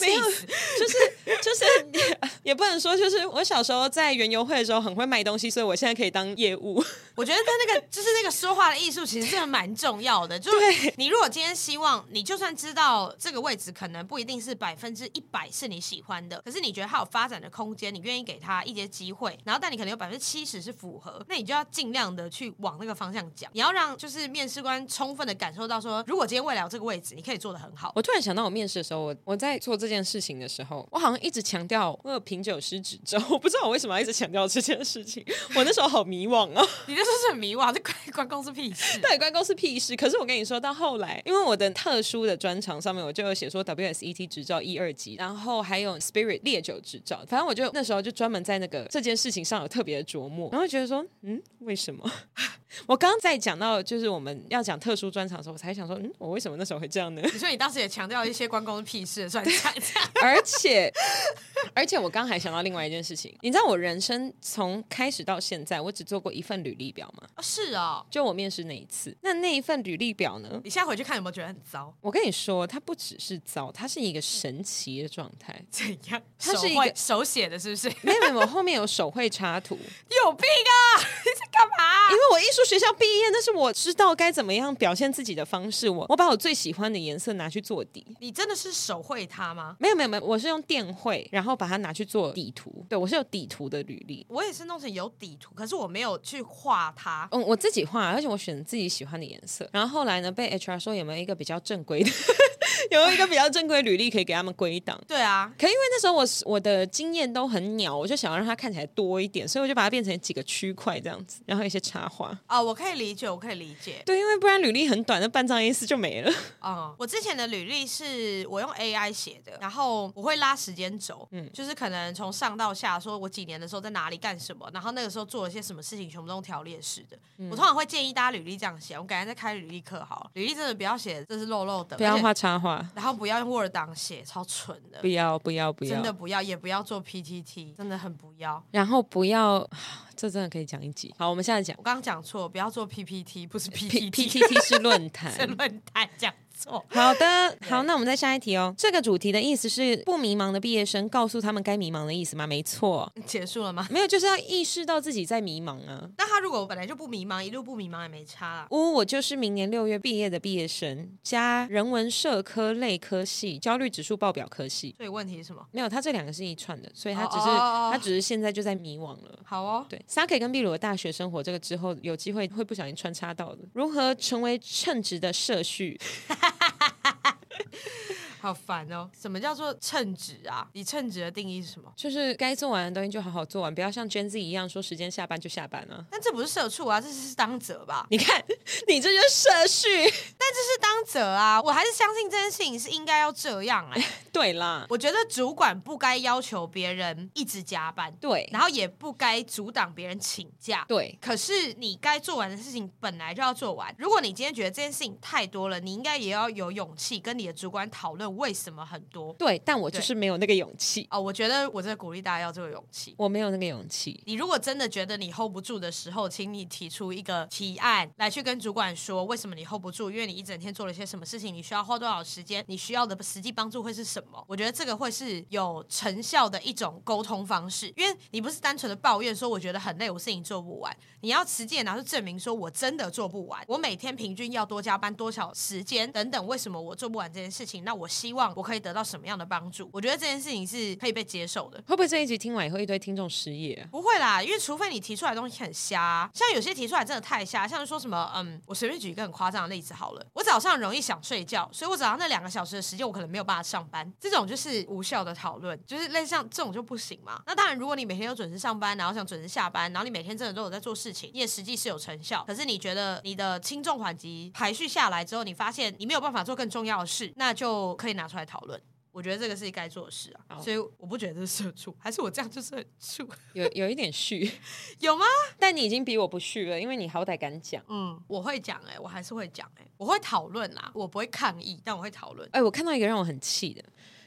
Speaker 2: 没
Speaker 1: 气
Speaker 2: 有，就
Speaker 1: 死！
Speaker 2: 是就是也不能说就是我小时候在园游会的时候很会卖东西，所以我现在可以当业务。
Speaker 1: 我觉得他那个就是那个说话的艺术，其实真的蛮重要的。就
Speaker 2: 对
Speaker 1: 是你如果今天希望，你就算知道这个位置可能不一定是百分之一百是你喜欢的，可是你觉得它有发展的空间，你愿意给他一些机会，然后但你可能有百分之七十是符合，那你就要尽量的去往那个方向讲。你要让就是面试官充分的感受到说，如果今天未来有这个位置，你可以做的很好。
Speaker 2: 我突然想到，我面试的时候，我我在做这件事情的时候，我好像一直强调我有品酒师执照，我不知道我为什么要一直强调这件事情，我那时候好迷惘哦。
Speaker 1: 你这是很迷惘，这关关公是屁事。
Speaker 2: 到底关公是屁事？可是我跟你说，到后来，因为我的特殊的专长上面，我就有写说 WSET 执照一二级，然后还有 Spirit 烈酒执照。反正我就那时候就专门在那个这件事情上有特别的琢磨，然后觉得说，嗯，为什么？ 我刚刚在讲到就是我们要讲特殊专长的时候，我才想说，嗯，我为什么那时候会这样呢？
Speaker 1: 你说你当时也强调一些关公是屁事的算讲这样
Speaker 2: 而且，而且我刚还想到另外一件事情，你知道我人生从开始到现在，我只做过一份履历表吗？
Speaker 1: 哦 是哦。
Speaker 2: 就我面试那一次，那那一份履历表呢？
Speaker 1: 你现在回去看有没有觉得很糟？。
Speaker 2: 我跟你说，它不只是糟，它是一个神奇的状态
Speaker 1: 怎样？
Speaker 2: 它
Speaker 1: 手
Speaker 2: 是一
Speaker 1: 绘
Speaker 2: 个
Speaker 1: 手写的，是不是？
Speaker 2: 没有没有没有，后面有手绘插图，因
Speaker 1: 有病啊！ 你在干嘛？
Speaker 2: 为我艺术学校毕业，那是我知道该怎么样表现自己的方式。我我把我最喜欢的颜色拿去做底。
Speaker 1: 你真的是手绘它吗？
Speaker 2: 没有没有没有，我是用电绘，然后把它拿去做底图。对我是有底图的履历，
Speaker 1: 我也是弄成有底图，可是我没有去画它。
Speaker 2: 嗯，我自己画，而且我选自己喜欢的颜色。然后后来呢，被 HR 说有没有一个比较正规的， 有没有一个比较正规的履历可以给他们归档。
Speaker 1: 对啊，
Speaker 2: 可因为那时候我是我的经验都很鸟，我就想要让它看起来多一点，所以我就把它变成几个区块这样子，然后一些插画。
Speaker 1: 啊、我可以理解，我可以理解。
Speaker 2: 对，因为不然履历很短，那半张 A 四就没了。
Speaker 1: 嗯，我之前的履历是我用 AI 写的，然后我会拉时间轴，嗯，就是可能从上到下，说我几年的时候在哪里干什么，然后那个时候做了些什么事情，全部都用条列式的。
Speaker 2: 嗯
Speaker 1: 我通常会建议大家履历这样写，我改天再开履历课好了。履历真的不要写，这是肉肉的，
Speaker 2: 不要
Speaker 1: 而且
Speaker 2: 画插画，
Speaker 1: 然后不要用 Word 档写，超蠢的
Speaker 2: 不。要不要不
Speaker 1: 真
Speaker 2: 要
Speaker 1: 的，不要，也不要做 PTT，真的很不要。
Speaker 2: 然后不要，啊这真的可以讲一集。好，我们现在讲
Speaker 1: 我刚刚讲错，不要做 PPT，不是
Speaker 2: P
Speaker 1: PTT，
Speaker 2: P T T 是论
Speaker 1: 是
Speaker 2: 坛。
Speaker 1: 论坛讲错。
Speaker 2: 好的，好，那我们再下一题哦。这个主题的意思是不迷茫的毕业生告诉他们该迷茫的意思吗？没错，
Speaker 1: 结束了吗？
Speaker 2: 没有，就是要意识到自己在迷茫啊。
Speaker 1: 那他如果本来就不迷茫，一路不迷茫也没差啦。
Speaker 2: 呜，我就是明年六月毕业的毕业生，加人文社科类科系，焦虑指数爆表科系。
Speaker 1: 所以问题是什么？
Speaker 2: 没有，他这两个是一串的，所以他
Speaker 1: 哦
Speaker 2: 只是
Speaker 1: 哦哦哦
Speaker 2: 他只是现在就在迷惘了。
Speaker 1: 好哦，
Speaker 2: 对 s a k 跟秘鲁的大学生活，这个之后有机会会不小心穿插到的。如何成为称职的社畜？
Speaker 1: 好烦哦。什么叫做称职啊？你称职的定义是什么？
Speaker 2: 就是该做完的东西就好好做完，不要像 Gen Z 一样说时间下班就下班啊。
Speaker 1: 但这不是社畜啊，这是当责吧？
Speaker 2: 你看， 你这就是社畜。
Speaker 1: 这是当责啊！我还是相信这件事情是应该要这样哎、
Speaker 2: 对啦，
Speaker 1: 我觉得主管不该要求别人一直加班，
Speaker 2: 对
Speaker 1: 然后也不该阻挡别人请假。
Speaker 2: 对，
Speaker 1: 可是你该做完的事情本来就要做完。如果你今天觉得这件事情太多了，你应该也要有勇气跟你的主管讨论为什么很多。
Speaker 2: 对，但我就是没有那个勇气，
Speaker 1: 哦，我觉得我真的鼓励大家要这个勇气。
Speaker 2: 我没有那个勇气。
Speaker 1: 你如果真的觉得你 hold 不住的时候，请你提出一个提案来去跟主管说，为什么你 hold 不住？因为你一整天做了些什么事情，你需要花多少时间，你需要的实际帮助哎会是什么？我觉得这个会是有成效的一种沟通方式，因为你不是单纯的抱怨说我觉得很累，我事情做不完，你要实际地拿出证明说我真的做不完，我每天平均要多加班多少时间等等，为什么我做不完这件事情？那我希望我可以得到什么样的帮助？我觉得这件事情是可以被接受的。
Speaker 2: 会不会这一集听完以后，一堆听众失业啊？
Speaker 1: 不会啦，因为除非你提出来的东西很瞎啊，像有些提出来真的太瞎，像是说什么，嗯，我随便举一个很夸张的例子好了，我早上容易想睡觉，所以我早上那两个小时的时间我可能没有办法上班，这种就是无效的讨论，就是类似像这种就不行嘛。那当然，如果你每天都准时上班，然后想准时下班，然后你每天真的都有在做事情，你也实际是有成效，可是你觉得你的轻重缓急排序下来之后，你发现你没有办法做更重要的事，那就可以拿出来讨论。我我觉得这个是该做的事啊，
Speaker 2: 好
Speaker 1: 所以我不觉得这是社畜，还是我这样就是很畜，
Speaker 2: 有有一点续，
Speaker 1: 有吗？
Speaker 2: 但你已经比我不续了，因为你好歹敢讲。
Speaker 1: 嗯，我会讲哎、我还是会讲哎、我会讨论啦，我不会抗议，但我会讨论。
Speaker 2: 哎、我看到一个让我很气的，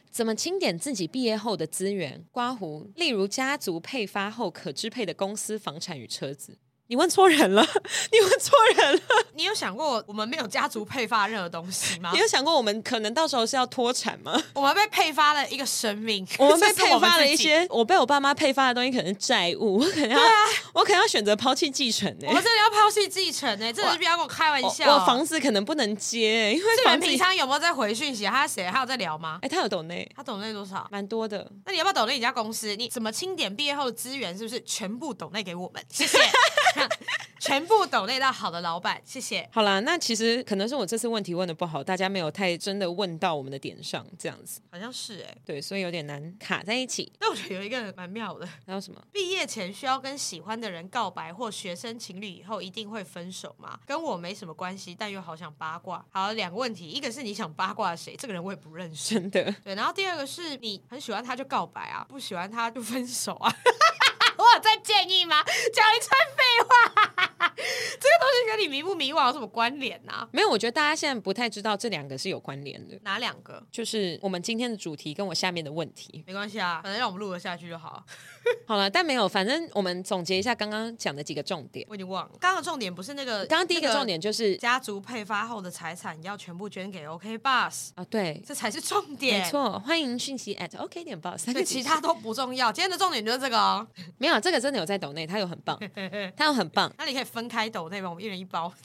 Speaker 2: 怎么清点自己毕业后的资源？刮胡，例如家族配发后可支配的公司房产与车子。你问错人了， 你问错人了。
Speaker 1: 你有想过我们没有家族配发任何东西吗
Speaker 2: 你？有想过我们可能到时候是要脱产吗？
Speaker 1: 我们被配发了一个生命，
Speaker 2: 我们被
Speaker 1: 这是
Speaker 2: 配发了一
Speaker 1: 自己
Speaker 2: 些，我被我爸妈配发的东西，可能是债务，我可能要，我可能要选择抛弃继承呢、
Speaker 1: 我们真的要抛弃继承呢、欸，真的是不要跟我开玩
Speaker 2: 我
Speaker 1: 笑。
Speaker 2: 我房子可能不能接、欸因为
Speaker 1: 哦这
Speaker 2: 房
Speaker 1: 人
Speaker 2: 子
Speaker 1: 平常有没有在回讯息？他谁还有在聊吗？
Speaker 2: 哎、他有懂内，
Speaker 1: 他懂那多少？
Speaker 2: 蛮多的。
Speaker 1: 那你要不要抖那你家公司？你怎么清点毕业后的资源？是不是全部抖内给我们？ 谢谢，全部抖内到好的老板，谢谢。
Speaker 2: 好啦，那其实可能是我这次问题问的不好，大家没有太真的问到我们的点上，这样子
Speaker 1: 好像是哎、欸，
Speaker 2: 对，所以有点难卡在一起。
Speaker 1: 但我觉得有一个蛮妙的，
Speaker 2: 还有什么？
Speaker 1: 毕业前需要跟喜欢的人告白，或学生情侣以后一定会分手吗？跟我没什么关系，但又好想八卦。好，两个问题，一个是你想八卦谁？这个人我也不认识。
Speaker 2: 真的，
Speaker 1: 对，然后第二个是你很喜欢他就告白啊，不喜欢他就分手 啊。我有在建议吗？讲一串废话， 这个东西跟你迷不迷惘有什么关联啊？
Speaker 2: 没有，我觉得大家现在不太知道这两个是有关联的，
Speaker 1: 哪两个？
Speaker 2: 就是我们今天的主题跟我下面的问题。
Speaker 1: 没关系啊，反正让我们录得下去就好。
Speaker 2: 好了，但没有，反正我们总结一下刚刚讲的几个重点。
Speaker 1: 我已经忘了，刚刚的重点不是那个，
Speaker 2: 刚刚第一个
Speaker 1: 那
Speaker 2: 重点就是
Speaker 1: 家族配发后的财产要全部捐给 OK Bus，
Speaker 2: 啊、对，
Speaker 1: 这才是重点。
Speaker 2: 没，错，欢迎讯息 at OK 点 boss。
Speaker 1: 对，其他都不重要。今天的重点就是这个哦。
Speaker 2: 没有，这个真的有在抖内，他有很 棒，他有很棒
Speaker 1: 那你可以分开抖内吧，我们一人一包。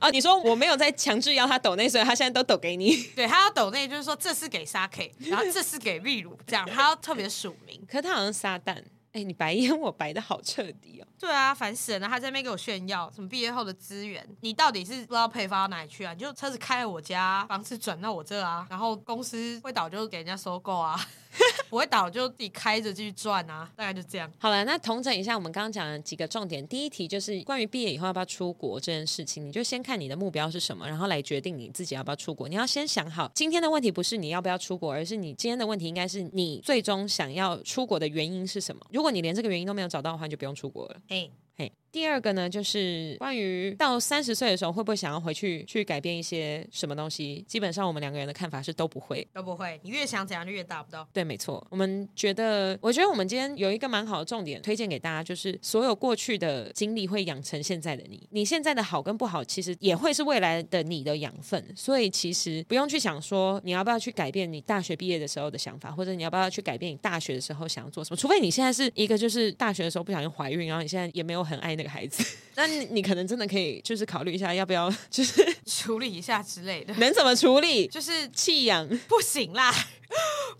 Speaker 2: 哦。你说我没有在强制要他抖内，所以他现在都抖给你。
Speaker 1: 对他要抖内，就是说这是给沙 K，然后这是给秘鲁，这样他要特别署 名。
Speaker 2: 可他好像撒旦。哎、你白眼我白的好彻底哦！
Speaker 1: 对啊，烦死人了！他在那边给我炫耀什么毕业后的资源，你到底是不知道配发到哪里去啊？你就车子开了我家，房子转到我这啊，然后公司会倒就给人家收购啊， 不会倒就自己开着继续赚啊，大概就这样。
Speaker 2: 好了，那统整一下我们刚刚讲的几个重点。第一题就是关于毕业以后要不要出国这件事情，你就先看你的目标是什么，然后来决定你自己要不要出国。你要先想好，今天的问题不是你要不要出国，而是你今天的问题应该是你最终想要出国的原因是什么。如果你连这个原因都没有找到的话，你就不用出国了。
Speaker 1: 嘿，
Speaker 2: 嘿，第二个呢，就是关于到三十岁的时候会不会想要回去去改变一些什么东西？基本上我们两个人的看法是都不会。
Speaker 1: 都不会，你越想怎样就越达不到。
Speaker 2: 对，没错，我们觉得，我觉得我们今天有一个蛮好的重点推荐给大家，就是所有过去的经历会养成现在的你，你现在的好跟不好，其实也会是未来的你的养分。所以其实不用去想说你要不要去改变你大学毕业的时候的想法，或者你要不要去改变你大学的时候想要做什么，除非你现在是一个就是大学的时候不小心怀孕，然后你现在也没有很爱那个孩子， 那你你可能真的可以就是考虑一下要不要，就是
Speaker 1: 处理一下之类的，
Speaker 2: 能怎么处理。
Speaker 1: 就是
Speaker 2: 弃养，
Speaker 1: 不行啦，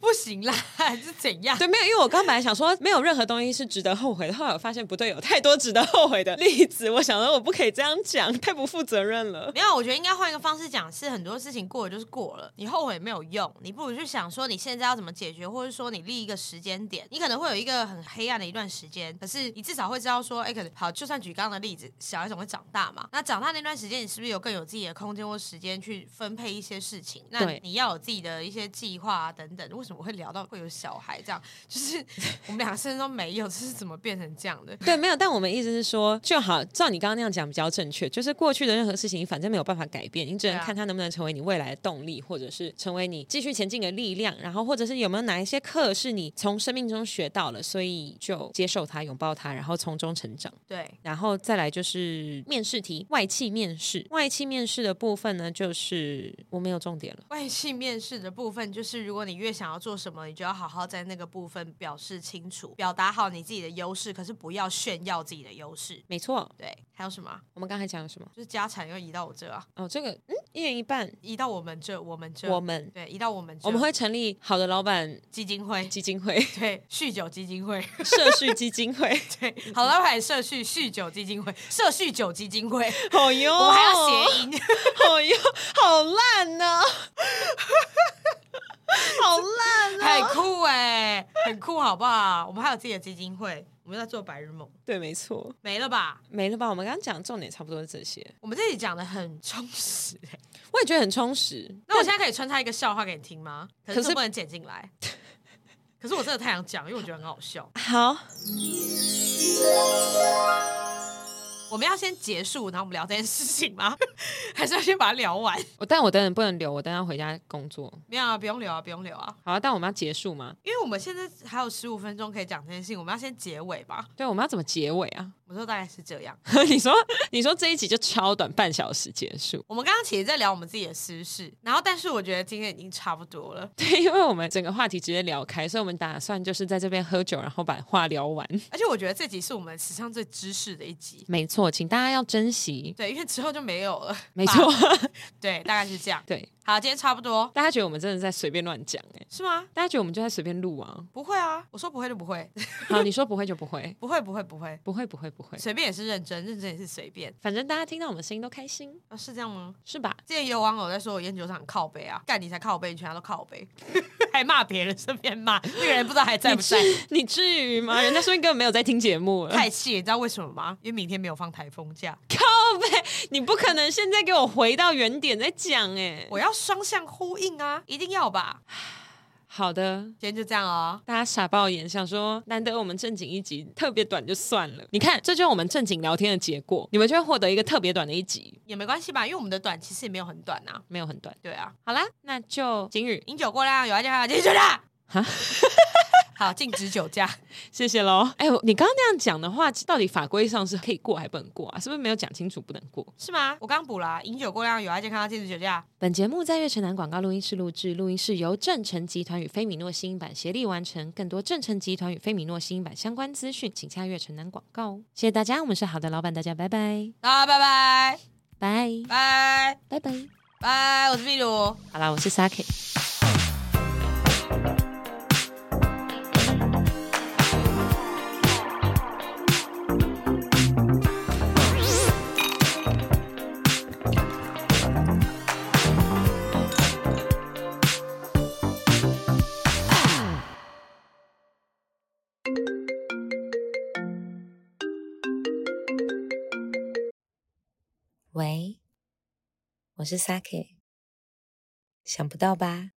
Speaker 1: 不行啦， 是怎样？
Speaker 2: 对，没有，因为我刚本来想说没有任何东西是值得后悔的，后来我发现不对，有太多值得后悔的例子，我想说我不可以这样讲，太不负责任了。
Speaker 1: 没有，我觉得应该换一个方式讲，是很多事情过了就是过了，你后悔没有用，你不如去想说你现在要怎么解决，或者说你立一个时间点，你可能会有一个很黑暗的一段时间，可是你至少会知道说，哎，可能好，就算举刚刚的例子，小孩总会长大嘛，那长大那段时间，你是不是有更有自己的空间或时间去分配一些事情？那
Speaker 2: 对
Speaker 1: 你要有自己的一些计划啊等等。为什么会聊到会有小孩这样？就是 我们两个甚至都没有，这是怎么变成这样的？
Speaker 2: 对，没有，但我们意思是说，就好，照你刚刚那样讲比较正确，就是过去的任何事情，你反正没有办法改变，你只能
Speaker 1: 对啊
Speaker 2: 看它能不能成为你未来的动力，或者是成为你继续前进的力量，然后或者是有没有哪一些课是你从生命中学到了，所以就接受它，拥抱它，然后从中成长。
Speaker 1: 对，
Speaker 2: 然后再来就是面试题，外企面试。外企面试的部分呢，就是我没有重点了。
Speaker 1: 外系面试的部分，就是如果你越想要做什么，你就要好好在那个部分表示清楚，表达好你自己的优势，可是不要炫耀自己的优势。
Speaker 2: 没错，
Speaker 1: 对，还有什么啊？
Speaker 2: 我们刚才讲了什么？
Speaker 1: 就是家产要移到我这啊，
Speaker 2: 哦，这个嗯，一人一半，
Speaker 1: 移到我们这，我们这，
Speaker 2: 我们
Speaker 1: 对，移到我们这，
Speaker 2: 我们会成立好的老板
Speaker 1: 基金会，
Speaker 2: 基金会、
Speaker 1: 对，酗酒基金会，
Speaker 2: 社畜基金会。
Speaker 1: 对，好老板社畜酗酒基金会，社畜酒基金会，
Speaker 2: 好哦哟，
Speaker 1: 我还要谐音，
Speaker 2: 好哟，好烂呢、好 烂啊！
Speaker 1: 很酷哎、很酷好不好？我们还有自己的基金会，我们在做白日梦，
Speaker 2: 对，没错，
Speaker 1: 没了吧？
Speaker 2: 没了吧？我们刚刚讲的重点差不多是这些。
Speaker 1: 我们这里讲的很充实、欸，
Speaker 2: 我也觉得很充实。
Speaker 1: 那我现在可以穿插一个笑话给你听吗？可
Speaker 2: 可
Speaker 1: 是
Speaker 2: 是
Speaker 1: 这不能剪进 来。可是我真的太想讲，因为我觉得很好笑。
Speaker 2: 好，
Speaker 1: 我们要先结束，然后我们聊这件事情吗？ 还是要先把它聊完？
Speaker 2: 我但我等等不能留，我等下回家工作。
Speaker 1: 没有啊，不用聊啊，不用聊啊，
Speaker 2: 好、啊，但我们要结束吗？
Speaker 1: 因为我们现在还有十五分钟可以讲这件事情，我们要先结尾吧。
Speaker 2: 对，我们要怎么结尾啊？
Speaker 1: 我说大概是这样。
Speaker 2: 你说，你说这一集就超短，半小时结束。
Speaker 1: 我们刚刚其实在聊我们自己的私事，然后但是我觉得今天已经差不多了，
Speaker 2: 对，因为我们整个话题直接聊开，所以我们打算就是在这边喝酒，然后把话聊完。
Speaker 1: 而且我觉得这集是我们史上最知识的一集。
Speaker 2: 没错，请大家要珍惜。
Speaker 1: 对，因为之后就没有了。
Speaker 2: 没错，
Speaker 1: 对，大概是这样。
Speaker 2: 对，
Speaker 1: 好，今天差不多
Speaker 2: 大家觉得我们真的在随便乱讲哎、
Speaker 1: 是吗？
Speaker 2: 大家觉得我们就在随便录啊？
Speaker 1: 不会啊，我说不会就不会，
Speaker 2: 好，你说不会就不会，
Speaker 1: 不会不会不会，
Speaker 2: 不会不会不会，
Speaker 1: 随便也是认真，认真也是随便，
Speaker 2: 反正大家听到我们声音都开心，
Speaker 1: 啊、是这样吗？
Speaker 2: 是吧？
Speaker 1: 之前也有网友在说我烟酒厂很靠背啊，干你才靠背，你全家都靠背， 还骂别人，顺便骂那个人，不知道还在不在，
Speaker 2: 你至 于吗？人家说你根本没有在听节目了。
Speaker 1: 太气了，你知道为什么吗？因为明天没有放台风假，
Speaker 2: 靠背，你不可能现在给我回到原点再讲哎、
Speaker 1: 我要双向呼应啊，一定要吧。
Speaker 2: 好的，
Speaker 1: 今天就这样哦，
Speaker 2: 大家傻爆眼，想说难得我们正经一集特别短就算了。你看，这就是我们正经聊天的结果，你们就会获得一个特别短的一集，
Speaker 1: 也没关系吧，因为我们的短其实也没有很短啊。
Speaker 2: 没有很短。
Speaker 1: 对啊，
Speaker 2: 好啦，那就景宇，
Speaker 1: 饮酒过量，有爱啊就好，禁止酒驾。 好，禁止酒驾。
Speaker 2: 谢谢喽。哎、我你刚刚那样讲的话，到底法规上是可以过还不能过啊？是不是没有讲清楚不能过？
Speaker 1: 是吗？我刚补啦、啊饮酒过量有害健康，禁止酒驾。
Speaker 2: 本节目在月城南广告录音室录制，录音室由正成集团与菲米诺新音版协力完成。更多正成集团与菲米诺新音版相关资讯，请洽月城南广告哦。谢谢大家，我们是好的老板，大家拜拜，
Speaker 1: 啊，拜拜，
Speaker 2: 拜
Speaker 1: 拜
Speaker 2: 拜拜。
Speaker 1: 拜，我是秘鲁。
Speaker 2: 好啦，我是 Saki。
Speaker 3: 喂，我是 Saki。想不到吧？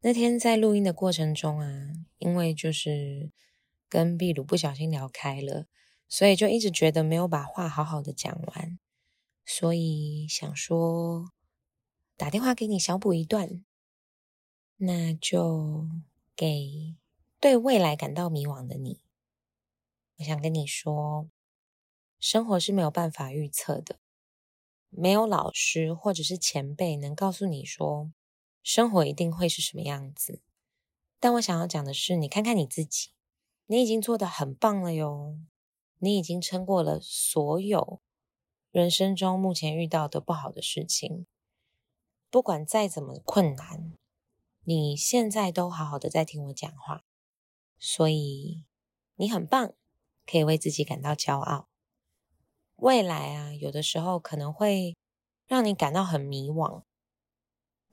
Speaker 3: 那天在录音的过程中啊，因为就是跟秘鲁不小心聊开了，所以就一直觉得没有把话好好的讲完，所以想说打电话给你小补一段。那就给对未来感到迷惘的你，我想跟你说，生活是没有办法预测的，没有老师或者是前辈能告诉你说生活一定会是什么样子。但我想要讲的是，你看看你自己，你已经做得很棒了哟，你已经撑过了所有人生中目前遇到的不好的事情，不管再怎么困难，你现在都好好的在听我讲话，所以你很棒，可以为自己感到骄傲。未来啊，有的时候可能会让你感到很迷惘，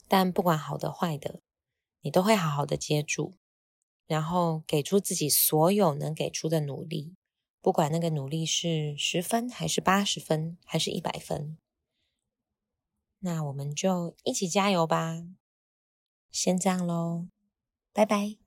Speaker 3: 但不管好的坏的，你都会好好的接住，然后给出自己所有能给出的努力，不管那个努力是十分还是八十分还是一百分，那我们就一起加油吧！先这样喽，拜拜。